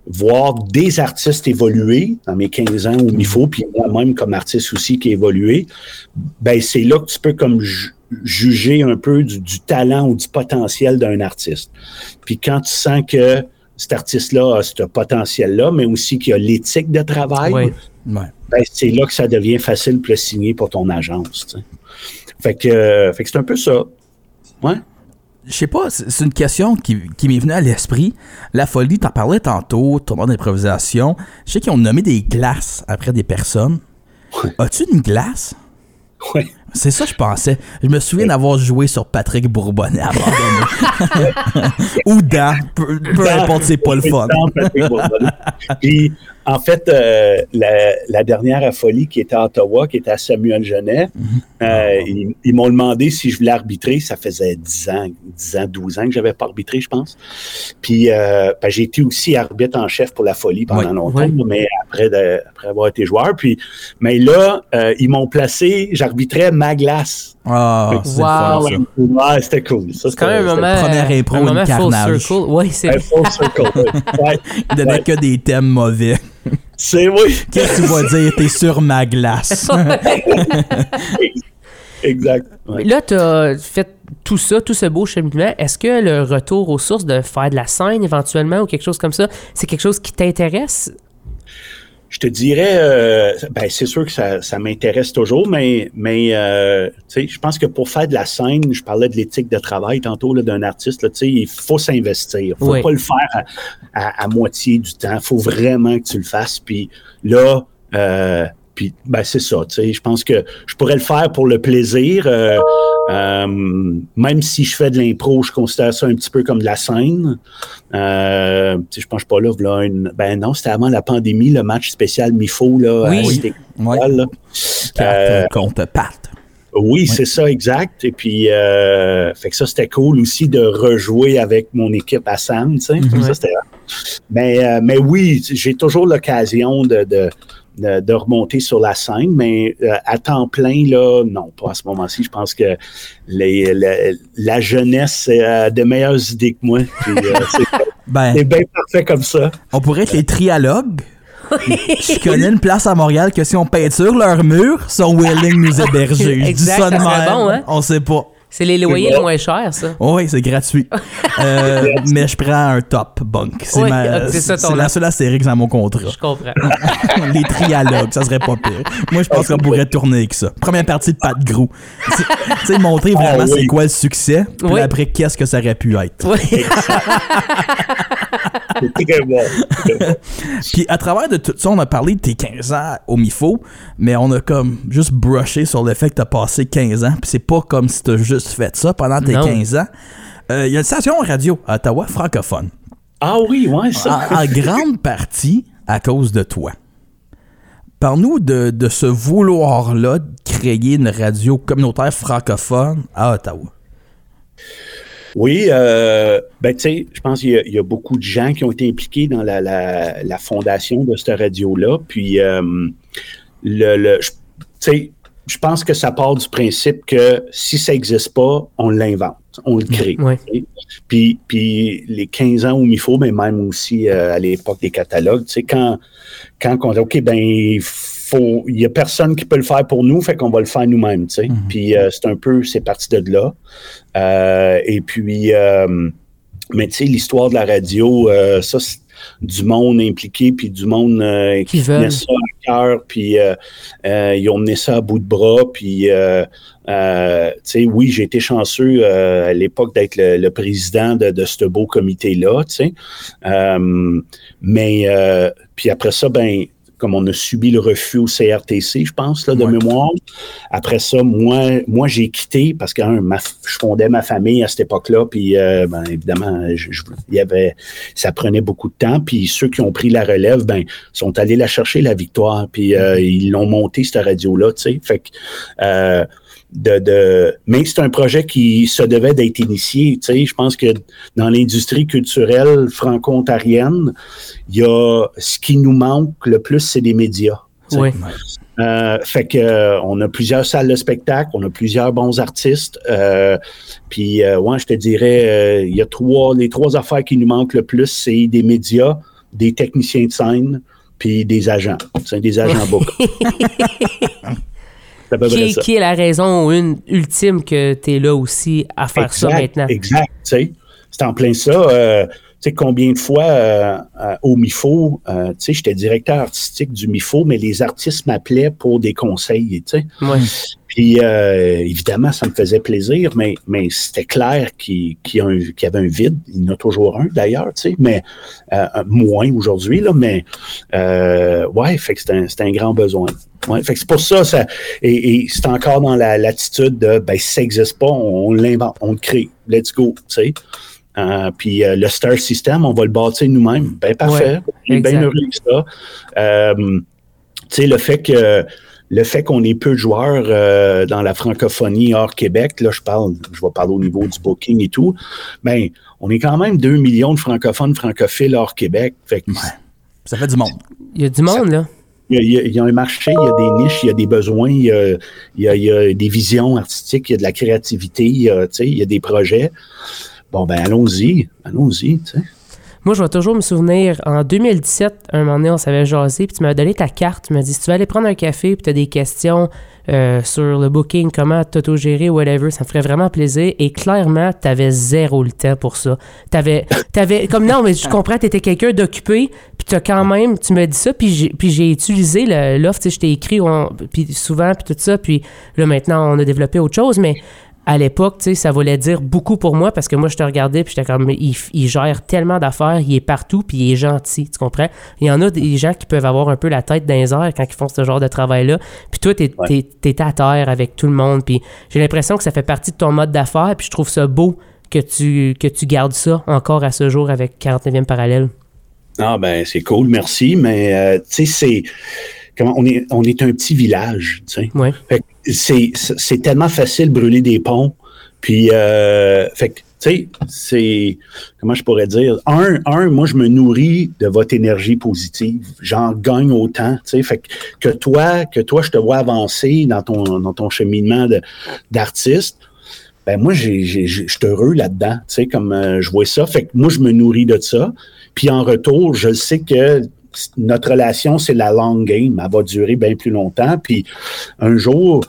[SPEAKER 3] voir des artistes évoluer dans mes 15 ans où il faut, puis moi-même comme artiste aussi qui ai évolué, ben, c'est là que tu peux comme ju- juger un peu du, du talent ou du potentiel d'un artiste. Puis quand tu sens que cet artiste-là a ce potentiel-là, mais aussi qu'il a l'éthique de travail,
[SPEAKER 1] Oui.
[SPEAKER 2] Ouais.
[SPEAKER 3] ben, c'est là que ça devient facile de le signer pour ton agence. tu sais. Fait que, euh, fait que c'est un peu ça. Ouais.
[SPEAKER 2] Je sais pas, c'est c'est une question qui, qui m'est venue à l'esprit. La folie, t'en parlais tantôt, tournant d'improvisation. Je sais qu'ils ont nommé des glaces après des personnes.
[SPEAKER 3] Ouais.
[SPEAKER 2] As-tu une glace?
[SPEAKER 3] Ouais.
[SPEAKER 2] C'est ça, je pensais. Je me souviens d'avoir joué sur Patrick Bourbonnet à un moment donné. Ou dans. Peu, peu importe, c'est pas le fun.
[SPEAKER 3] Dans Patrick Bourbonnais. Puis, en fait, euh, la, la dernière à folie qui était à Ottawa, qui était à Samuel Genet,
[SPEAKER 2] Mhm. Ah,
[SPEAKER 3] euh, ils, ils m'ont demandé si je voulais arbitrer. Ça faisait 10 ans, 10 ans, 12 ans que j'avais pas arbitré, je pense. Puis, euh, ben, j'ai été aussi arbitre en chef pour la folie pendant
[SPEAKER 2] Oui,
[SPEAKER 3] longtemps,
[SPEAKER 1] oui.
[SPEAKER 3] mais après, de- après avoir été joueur. Puis, mais là, euh, ils m'ont placé, j'arbitrais ma glace.
[SPEAKER 2] Ah, c'est le
[SPEAKER 1] Ah, Wow.
[SPEAKER 2] fun, ça.
[SPEAKER 3] Ouais, c'était cool. Ça,
[SPEAKER 1] C'est quand même un
[SPEAKER 3] c'était-
[SPEAKER 1] moment. euh,
[SPEAKER 2] première impro,
[SPEAKER 1] un
[SPEAKER 2] une
[SPEAKER 1] moment full
[SPEAKER 2] carnage.
[SPEAKER 1] circle. Oui, c'est
[SPEAKER 3] c'était full circle. Ouais.
[SPEAKER 2] Il donnait que des thèmes mauvais.
[SPEAKER 3] C'est oui.
[SPEAKER 2] Qu'est-ce que tu vas dire? T'es sur ma glace.
[SPEAKER 3] Exact. Ouais.
[SPEAKER 1] Là, tu as fait tout ça, tout ce beau cheminement. Est-ce que le retour aux sources de faire de la scène éventuellement ou quelque chose comme ça, c'est quelque chose qui t'intéresse?
[SPEAKER 3] Je te dirais, euh, ben, c'est sûr que ça, ça m'intéresse toujours, mais, mais euh, tu sais, je pense que pour faire de la scène, je parlais de l'éthique de travail tantôt là, d'un artiste, là, tu sais, il faut s'investir. faut
[SPEAKER 1] Oui.
[SPEAKER 3] pas le faire à, à- à moitié du temps. faut vraiment que tu le fasses. Puis là, euh, puis, ben, c'est ça. tu sais, Je pense que je pourrais le faire pour le plaisir. euh, euh, même si je fais de l'impro, je considère ça un petit peu comme de la scène. Euh, tu sais, je pense pas là, voilà une- ben non, c'était avant la pandémie, le match spécial MIFO là,
[SPEAKER 1] Oui.
[SPEAKER 3] à Cité
[SPEAKER 2] Ouais.
[SPEAKER 3] Culturelle, là. Euh,
[SPEAKER 2] Compte Pat.
[SPEAKER 3] oui, c'est ça, exact. Et puis, euh, fait que ça, c'était cool aussi de rejouer avec mon équipe à Sam, tu sais. Ça, c'était- mais, euh, mais oui, j'ai toujours l'occasion de, de, de, de remonter sur la scène, mais euh, à temps plein, là, non, pas à ce moment-ci. Je pense que les, la, la jeunesse a de meilleures idées que moi. Puis, euh, c'est-
[SPEAKER 2] Ben,
[SPEAKER 3] c'est bien parfait comme ça.
[SPEAKER 2] On pourrait être les trialogues. Je connais une place à Montréal que si on peinture leur mur, sont willing de nous héberger. Je dis
[SPEAKER 1] Exact,
[SPEAKER 2] ça de
[SPEAKER 1] ça serait
[SPEAKER 2] même.
[SPEAKER 1] bon, hein?
[SPEAKER 2] On sait pas. Oh
[SPEAKER 1] C'est les loyers
[SPEAKER 3] bon.
[SPEAKER 1] les moins chers, ça.
[SPEAKER 2] Oui, c'est gratuit. Euh, mais je prends un top bunk. C'est
[SPEAKER 1] Oui, ok,
[SPEAKER 2] ma-
[SPEAKER 1] c'est ça ton
[SPEAKER 2] c'est la
[SPEAKER 1] nom.
[SPEAKER 2] seule astérix dans mon contrat.
[SPEAKER 1] Je comprends.
[SPEAKER 2] les trialogues, ça serait pas pire. Moi, je pense qu'on pourrait tourner avec ça. Première partie de Pat Grou. Tu sais, montrer vraiment
[SPEAKER 3] Ah oui.
[SPEAKER 2] c'est quoi le succès, puis
[SPEAKER 1] Oui.
[SPEAKER 2] après, qu'est-ce que ça aurait pu être.
[SPEAKER 1] Oui.
[SPEAKER 3] C'est très bon. Très bon.
[SPEAKER 2] Puis à travers de tout ça, on a parlé de tes 15 ans au MIFO, mais on a comme juste brushé sur le fait que t'as passé 15 ans, puis c'est pas comme si t'as juste fait ça pendant tes
[SPEAKER 1] Non.
[SPEAKER 2] 15 ans. Euh, Il y a une station radio à Ottawa francophone,
[SPEAKER 3] Ah oui, ouais,
[SPEAKER 2] en,
[SPEAKER 3] ça.
[SPEAKER 2] en grande partie à cause de toi. Parle-nous de, de ce vouloir-là de créer une radio communautaire francophone à Ottawa.
[SPEAKER 3] Oui, euh, ben tu sais, je pense qu'il y a- il y, a beaucoup de gens qui ont été impliqués dans la, la, la fondation de cette radio-là. Puis, euh, le, le, je- tu sais, je pense que ça part du principe que si ça n'existe pas, on l'invente, on le crée.
[SPEAKER 1] Oui.
[SPEAKER 3] tu sais. Puis, puis les 15 ans au MIFO, mais même aussi euh, à l'époque des catalogues, tu sais, quand, quand on dit, OK, ben, il faut, il n'y a personne qui peut le faire pour nous, fait qu'on va le faire nous-mêmes, tu sais. Puis euh, c'est un peu, c'est parti de là. Euh, et puis, euh, mais tu sais, l'histoire de la radio, euh, ça, c'est du monde impliqué, puis du monde euh,
[SPEAKER 1] Qui
[SPEAKER 3] qui
[SPEAKER 1] veulent.
[SPEAKER 3] tenait ça à cœur, puis euh, euh, ils ont mené ça à bout de bras, puis, euh, euh, tu sais, oui, j'ai été chanceux euh, à l'époque d'être le, le président de, de ce beau comité-là, tu sais. Euh, mais, euh, puis après ça, ben, comme on a subi le refus au CRTC, je pense, là, de
[SPEAKER 2] Ouais.
[SPEAKER 3] mémoire. Après ça, moi, moi j'ai quitté parce que un, ma f- je fondais ma famille à cette époque-là, puis euh, ben, évidemment, je- je- il y avait, ça prenait beaucoup de temps. Puis ceux qui ont pris la relève, ben, sont allés la chercher la victoire, puis euh, ils l'ont montée cette radio-là, tu sais. Fait que, euh, de, de, mais c'est un projet qui se devait d'être initié. Tu sais, je pense que dans l'industrie culturelle franco-ontarienne, il y a ce qui nous manque le plus, c'est des médias. tu sais.
[SPEAKER 1] Oui.
[SPEAKER 3] Euh, fait que euh, on a plusieurs salles de spectacle, on a plusieurs bons artistes. euh, puis euh, ouais, je te dirais, euh, il y a trois, les trois affaires qui nous manquent le plus, c'est des médias, des techniciens de scène, puis des agents. C'est des agents book. C'est à peu
[SPEAKER 1] Qui
[SPEAKER 3] près
[SPEAKER 1] est,
[SPEAKER 3] ça.
[SPEAKER 1] qui est la raison une ultime que tu es là aussi à faire ça
[SPEAKER 3] Exact,
[SPEAKER 1] maintenant?
[SPEAKER 3] Exact, tu sais. C'est en plein ça. euh, sais, combien de fois euh, euh, au MIFO, euh, tu sais, j'étais directeur artistique du MIFO, mais les artistes m'appelaient pour des conseils, tu sais.
[SPEAKER 1] Ouais.
[SPEAKER 3] Puis, euh, évidemment, ça me faisait plaisir, mais, mais c'était clair qu'il qu'il y, a un- qu'il y avait un vide. Il y en a toujours un, d'ailleurs, tu sais, mais euh, moins aujourd'hui, là, mais euh, ouais, fait que c'est un, c'est un grand besoin. Ouais, fait que c'est pour ça, ça et, et c'est encore dans la l'attitude de, ben, si ça n'existe pas, on, on l'invente, on le crée, let's go, tu sais. Euh, puis euh, le star system, on va le bâtir nous-mêmes. Ben parfait. on est bien
[SPEAKER 1] exact.
[SPEAKER 3] heureux avec ça. Euh, tu sais, le fait que le fait qu'on est peu de joueurs euh, dans la francophonie hors Québec, là, je parle, je vais parler au niveau du booking et tout, mais on est quand même 2 millions de francophones, francophiles hors Québec. Fait que
[SPEAKER 2] Ça fait du monde.
[SPEAKER 1] Il y a du monde, là.
[SPEAKER 3] il y, a, il y a- il y a un marché, il y a des niches, il y a des besoins, il y a, il y a- il y a des visions artistiques, il y a de la créativité, il y a, tu sais, il y a des projets. Bon, ben allons-y, allons-y, tu sais.
[SPEAKER 1] Moi, je vais toujours me souvenir, en 2017, un moment donné, on s'avait jasé, puis tu m'as donné ta carte. Tu m'as dit, si tu veux aller prendre un café, puis tu as des questions euh, sur le booking, comment t'autogérer, whatever, ça me ferait vraiment plaisir. Et clairement, tu avais zéro le temps pour ça. Tu avais, comme non, mais je comprends, tu étais quelqu'un d'occupé, puis tu as quand même, tu m'as dit ça, puis j'ai- puis j'ai utilisé le- l'offre, tu sais, je t'ai écrit on- puis souvent, puis tout ça, puis là, maintenant, on a développé autre chose, mais à l'époque, tu sais, ça voulait dire beaucoup pour moi parce que moi, je te regardais puis j'étais comme, il, f- il gère tellement d'affaires, il est partout puis il est gentil, tu comprends? Il y en a des gens qui peuvent avoir un peu la tête dans les airs quand ils font ce genre de travail-là. Puis toi, t'es
[SPEAKER 3] Ouais.
[SPEAKER 1] t'es- t'es à terre avec tout le monde puis j'ai l'impression que ça fait partie de ton mode d'affaires puis je trouve ça beau que tu, que tu gardes ça encore à ce jour avec 49e parallèle.
[SPEAKER 3] Ah ben c'est cool, merci, mais euh, tu sais c'est comment on est on est un petit village, tu sais.
[SPEAKER 1] Ouais.
[SPEAKER 3] Fait que c'est c'est tellement facile de brûler des ponts, puis euh, fait que tu sais c'est comment je pourrais dire un un moi je me nourris de votre énergie positive, j'en gagne autant, tu sais fait que, que toi que toi je te vois avancer dans ton dans ton cheminement de- d'artiste ben moi, j'ai- j'ai- j'ai- je suis heureux là-dedans, tu sais, comme euh, je vois ça. Fait que moi, je me nourris de ça. Puis en retour, je sais que c- notre relation, c'est la long game. Elle va durer bien plus longtemps. Puis un jour,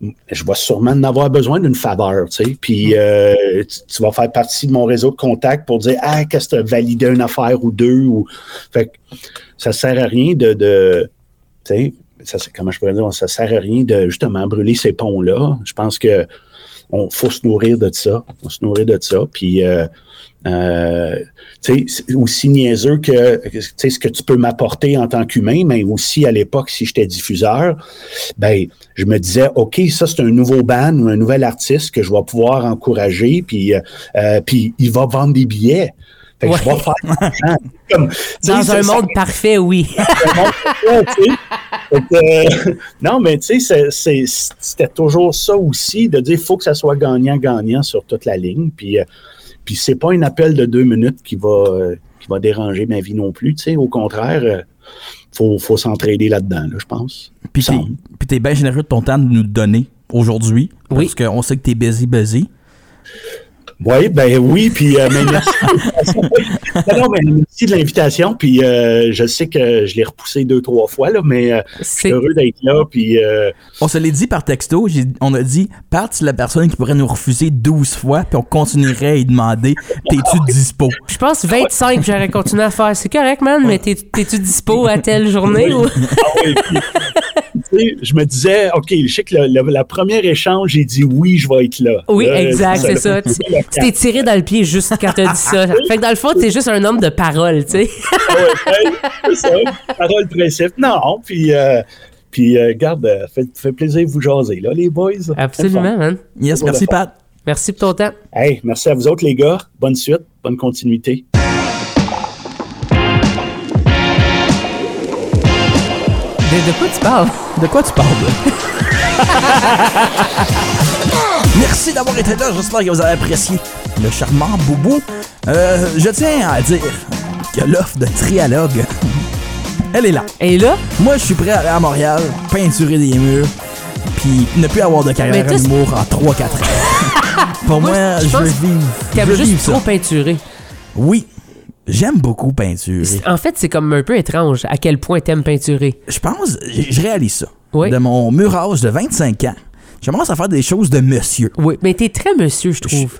[SPEAKER 3] m- je vais sûrement en avoir besoin d'une faveur, tu sais. Puis euh, tu, tu vas faire partie de mon réseau de contacts pour dire « Ah, qu'est-ce que tu as validé une affaire ou deux? » ou Fait que ça sert à rien de... de tu sais, ça, c'est- comment je pourrais dire? Ça sert à rien de, justement, brûler ces ponts-là. Je pense que on faut se nourrir de ça. Faut se nourrir de ça. Puis, euh, euh, tu sais, c'est aussi niaiseux que, tu sais, ce que tu peux m'apporter en tant qu'humain, mais aussi à l'époque, si j'étais diffuseur, ben, je me disais, OK, ça, c'est un nouveau band ou un nouvel artiste que je vais pouvoir encourager, puis, euh, euh, puis il va vendre des billets. Fait que je
[SPEAKER 1] Ouais.
[SPEAKER 3] vais faire de l'argent. Comme, tu sais,
[SPEAKER 1] Dans
[SPEAKER 3] ça-
[SPEAKER 1] un
[SPEAKER 3] ça-
[SPEAKER 1] monde parfait, oui.
[SPEAKER 3] Ouais, tu sais. Fait que, euh, non, mais tu sais, c'est- c'est- c'était toujours ça aussi, de dire faut que ça soit gagnant-gagnant sur toute la ligne. Puis, euh, puis c'est pas un appel de deux minutes qui va, euh, qui va déranger ma vie non plus. Tu sais, au contraire, euh, faut, faut s'entraider là-dedans, là, je pense.
[SPEAKER 2] Puis t'es,
[SPEAKER 3] Semble.
[SPEAKER 2] puis t'es bien généreux de ton temps de nous le donner aujourd'hui.
[SPEAKER 1] Oui.
[SPEAKER 2] Parce qu'on sait que t'es busy, busy.
[SPEAKER 3] Oui, ben oui, puis euh, mais merci. non, non, mais merci de l'invitation, puis euh, je sais que je l'ai repoussé deux, trois fois, là, mais euh, je suis
[SPEAKER 1] C'est-
[SPEAKER 3] heureux d'être là, puis euh,
[SPEAKER 2] On se l'est dit par texto, j'ai- on a dit, parle de la personne qui pourrait nous refuser 12 fois, puis on continuerait à y demander, t'es-tu dispo?
[SPEAKER 1] Je pense 25, j'aurais continué à faire. C'est correct, man, mais t'es- t'es-tu dispo à telle journée? ou-
[SPEAKER 3] Et puis, tu sais, je me disais, OK, je sais que le, le- la première échange, j'ai dit oui, je vais être là.
[SPEAKER 1] Oui,
[SPEAKER 3] Là,
[SPEAKER 1] exact, c'est ça. Tu
[SPEAKER 3] Ouais,
[SPEAKER 1] tu t'es tiré dans le pied juste quand t'as dit ça. Fait que dans le fond, t'es juste un homme de parole, tu sais.
[SPEAKER 3] c'est ça. Parole principe. Non, puis, euh, puis euh, garde, euh, fait, fait plaisir de vous jaser, là, les boys.
[SPEAKER 1] Absolument, man.
[SPEAKER 2] Yes, merci Pat.
[SPEAKER 1] Merci pour ton temps.
[SPEAKER 3] Hey, merci à vous autres, les gars. Bonne suite, bonne continuité.
[SPEAKER 1] De, de quoi tu parles?
[SPEAKER 2] De quoi tu parles? Merci d'avoir été là, j'espère que vous avez apprécié le charmant Boubou. Euh, je tiens à dire que l'offre de trialogue, elle est là.
[SPEAKER 1] Et là,
[SPEAKER 2] Moi, je suis prêt à aller à Montréal, peinturer des murs, puis ne plus avoir de carrière
[SPEAKER 1] Mais
[SPEAKER 2] en
[SPEAKER 1] toi,
[SPEAKER 2] humour en 3-4 ans. Pour moi,
[SPEAKER 1] Moi, je
[SPEAKER 2] je veux
[SPEAKER 1] pense
[SPEAKER 2] vivre. Je
[SPEAKER 1] t'as
[SPEAKER 2] veux
[SPEAKER 1] juste
[SPEAKER 2] vivre ça.
[SPEAKER 1] trop peinturé.
[SPEAKER 2] Oui, j'aime beaucoup peinturer.
[SPEAKER 1] En fait, c'est comme un peu étrange à quel point t'aimes peinturer.
[SPEAKER 2] Je pense, je je réalise ça.
[SPEAKER 1] Oui.
[SPEAKER 2] De mon mur âge de 25 ans, J'aimerais à faire des choses de monsieur.
[SPEAKER 1] Oui, mais t'es très monsieur, je trouve.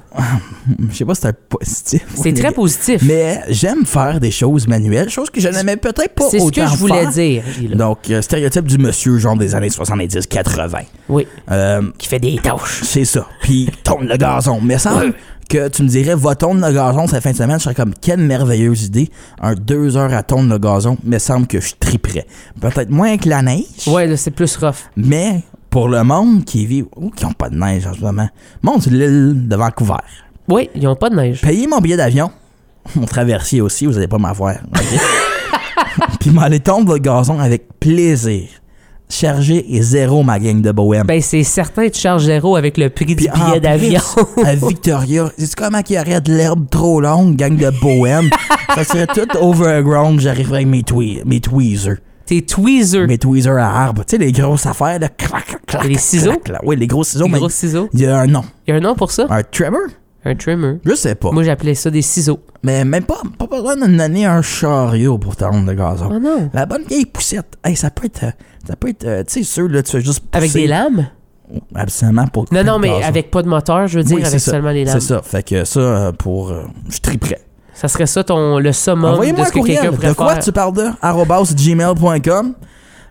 [SPEAKER 2] Je sais pas si c'est un positif. ou
[SPEAKER 1] C'est très
[SPEAKER 2] négatif.
[SPEAKER 1] positif.
[SPEAKER 2] Mais j'aime faire des choses manuelles, choses que je n'aimais peut-être pas autant
[SPEAKER 1] C'est ce que je voulais
[SPEAKER 2] faire.
[SPEAKER 1] dire. là.
[SPEAKER 2] Donc, euh, stéréotype du monsieur, genre des années 70-80.
[SPEAKER 1] Oui,
[SPEAKER 2] Euh,
[SPEAKER 1] qui fait des tâches.
[SPEAKER 2] c'est ça. Puis, tourne le gazon. Mais ça que tu me dirais, va tourner le gazon cette fin de semaine, je serais comme, quelle merveilleuse idée. Un deux heures à tourner le gazon, me semble que je triperais. Peut-être moins que la neige.
[SPEAKER 1] Ouais, là, c'est plus rough.
[SPEAKER 2] Mais pour le monde qui vit ou qui n'ont pas de neige en ce moment, monde sur l'île de Vancouver,
[SPEAKER 1] Oui, ils ont pas de neige.
[SPEAKER 2] payez mon billet d'avion, mon traversier aussi, vous n'allez pas m'avoir. ok? Puis m'allez tomber votre gazon avec plaisir. Chargé et zéro ma gang de bohème.
[SPEAKER 1] Ben, c'est certain, tu charges zéro avec le prix
[SPEAKER 2] Puis
[SPEAKER 1] du
[SPEAKER 2] en
[SPEAKER 1] billet d'avion.
[SPEAKER 2] plus, à Victoria, c'est comment qu'il y aurait de l'herbe trop longue, gang de bohème. ça serait tout overgrown, j'arriverais avec mes, twe- mes tweezers.
[SPEAKER 1] T'es tweezer.
[SPEAKER 2] Mes tweezers à arbre. Tu sais, les grosses affaires, là. Clac, clac, clac,
[SPEAKER 1] Les ciseaux?
[SPEAKER 2] clac, clac. Oui, les gros ciseaux.
[SPEAKER 1] Des
[SPEAKER 2] mais
[SPEAKER 1] gros ciseaux.
[SPEAKER 2] Il y a un nom.
[SPEAKER 1] Il y a un nom pour ça?
[SPEAKER 2] Un tremor?
[SPEAKER 1] Un trimmer.
[SPEAKER 2] Je sais pas.
[SPEAKER 1] Moi, j'appelais ça des ciseaux.
[SPEAKER 2] Mais même pas, pas besoin de me donner un chariot pour ta ronde de gazon.
[SPEAKER 1] Oh non.
[SPEAKER 2] La bonne vieille poussette. Hey, ça peut être. euh, Ça peut être. euh, tu sais, sûr, là, tu fais juste pousser.
[SPEAKER 1] Avec des lames?
[SPEAKER 2] Absolument pour.
[SPEAKER 1] Non, non,
[SPEAKER 2] le
[SPEAKER 1] mais
[SPEAKER 2] gazon.
[SPEAKER 1] avec pas de moteur, je veux
[SPEAKER 2] Oui,
[SPEAKER 1] dire,
[SPEAKER 2] c'est
[SPEAKER 1] avec
[SPEAKER 2] ça.
[SPEAKER 1] seulement les lames.
[SPEAKER 2] C'est ça. Fait que ça, euh, pour. euh, je triperais.
[SPEAKER 1] Ça serait ça ton, le summum de
[SPEAKER 2] Envoyez-moi un
[SPEAKER 1] ce que quelqu'un
[SPEAKER 2] courriel.
[SPEAKER 1] pourrait
[SPEAKER 2] De quoi
[SPEAKER 1] faire.
[SPEAKER 2] tu parles de arobase gmail.com.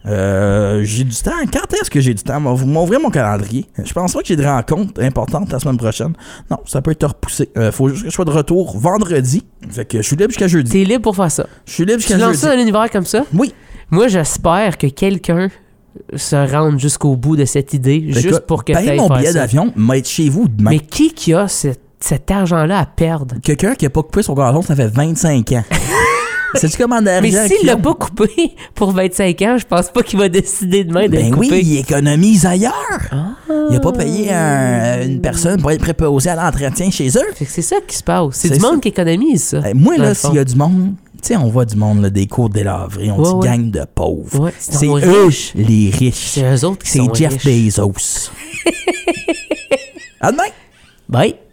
[SPEAKER 2] Euh, j'ai du temps. Quand est-ce que j'ai du temps? Moi, Vous m'ouvrez mon calendrier. Je pense pas que j'ai de rencontres importantes la semaine prochaine. Non, ça peut être repoussé. Euh, faut juste que je sois de retour vendredi. Fait que je suis libre jusqu'à jeudi.
[SPEAKER 1] T'es libre pour faire ça.
[SPEAKER 2] Je suis libre
[SPEAKER 1] Tu
[SPEAKER 2] jusqu'à
[SPEAKER 1] lances
[SPEAKER 2] jeudi.
[SPEAKER 1] ça dans l'univers comme ça?
[SPEAKER 2] Oui.
[SPEAKER 1] Moi, j'espère que quelqu'un se rende jusqu'au bout de cette idée, juste
[SPEAKER 2] Ben, Écoute,
[SPEAKER 1] pour que
[SPEAKER 2] paye
[SPEAKER 1] t'ailles
[SPEAKER 2] mon
[SPEAKER 1] faire
[SPEAKER 2] billet
[SPEAKER 1] ça.
[SPEAKER 2] d'avion, m'a être chez vous demain.
[SPEAKER 1] Mais qui qui a ce- cet argent-là à perdre?
[SPEAKER 2] Quelqu'un qui a pas coupé son gazon, ça fait 25 ans. C'est-tu comment d'argent
[SPEAKER 1] Mais s'il
[SPEAKER 2] qu'ils
[SPEAKER 1] l'a
[SPEAKER 2] ont?
[SPEAKER 1] pas coupé pour 25 ans, je pense pas qu'il va décider demain de
[SPEAKER 2] Ben
[SPEAKER 1] le
[SPEAKER 2] oui,
[SPEAKER 1] couper. Ah.
[SPEAKER 2] il économise ailleurs. Il a pas payé un- une personne pour être préposée à l'entretien chez eux.
[SPEAKER 1] Fait que c'est ça qui se passe. C'est
[SPEAKER 2] C'est
[SPEAKER 1] du
[SPEAKER 2] ça.
[SPEAKER 1] monde qui économise ça.
[SPEAKER 2] Ben, moi,
[SPEAKER 1] dans
[SPEAKER 2] là,
[SPEAKER 1] le fond.
[SPEAKER 2] s'il y a du monde, tu sais, on voit du monde, là, des cours délavrés, on
[SPEAKER 1] Ouais,
[SPEAKER 2] dit
[SPEAKER 1] ouais.
[SPEAKER 2] gang de pauvres.
[SPEAKER 1] Ouais, c'est
[SPEAKER 2] c'est
[SPEAKER 1] nos
[SPEAKER 2] eux,
[SPEAKER 1] riches.
[SPEAKER 2] les riches.
[SPEAKER 1] C'est eux autres qui
[SPEAKER 2] C'est
[SPEAKER 1] sont
[SPEAKER 2] Jeff
[SPEAKER 1] riches.
[SPEAKER 2] Bezos. à demain!
[SPEAKER 1] Bye!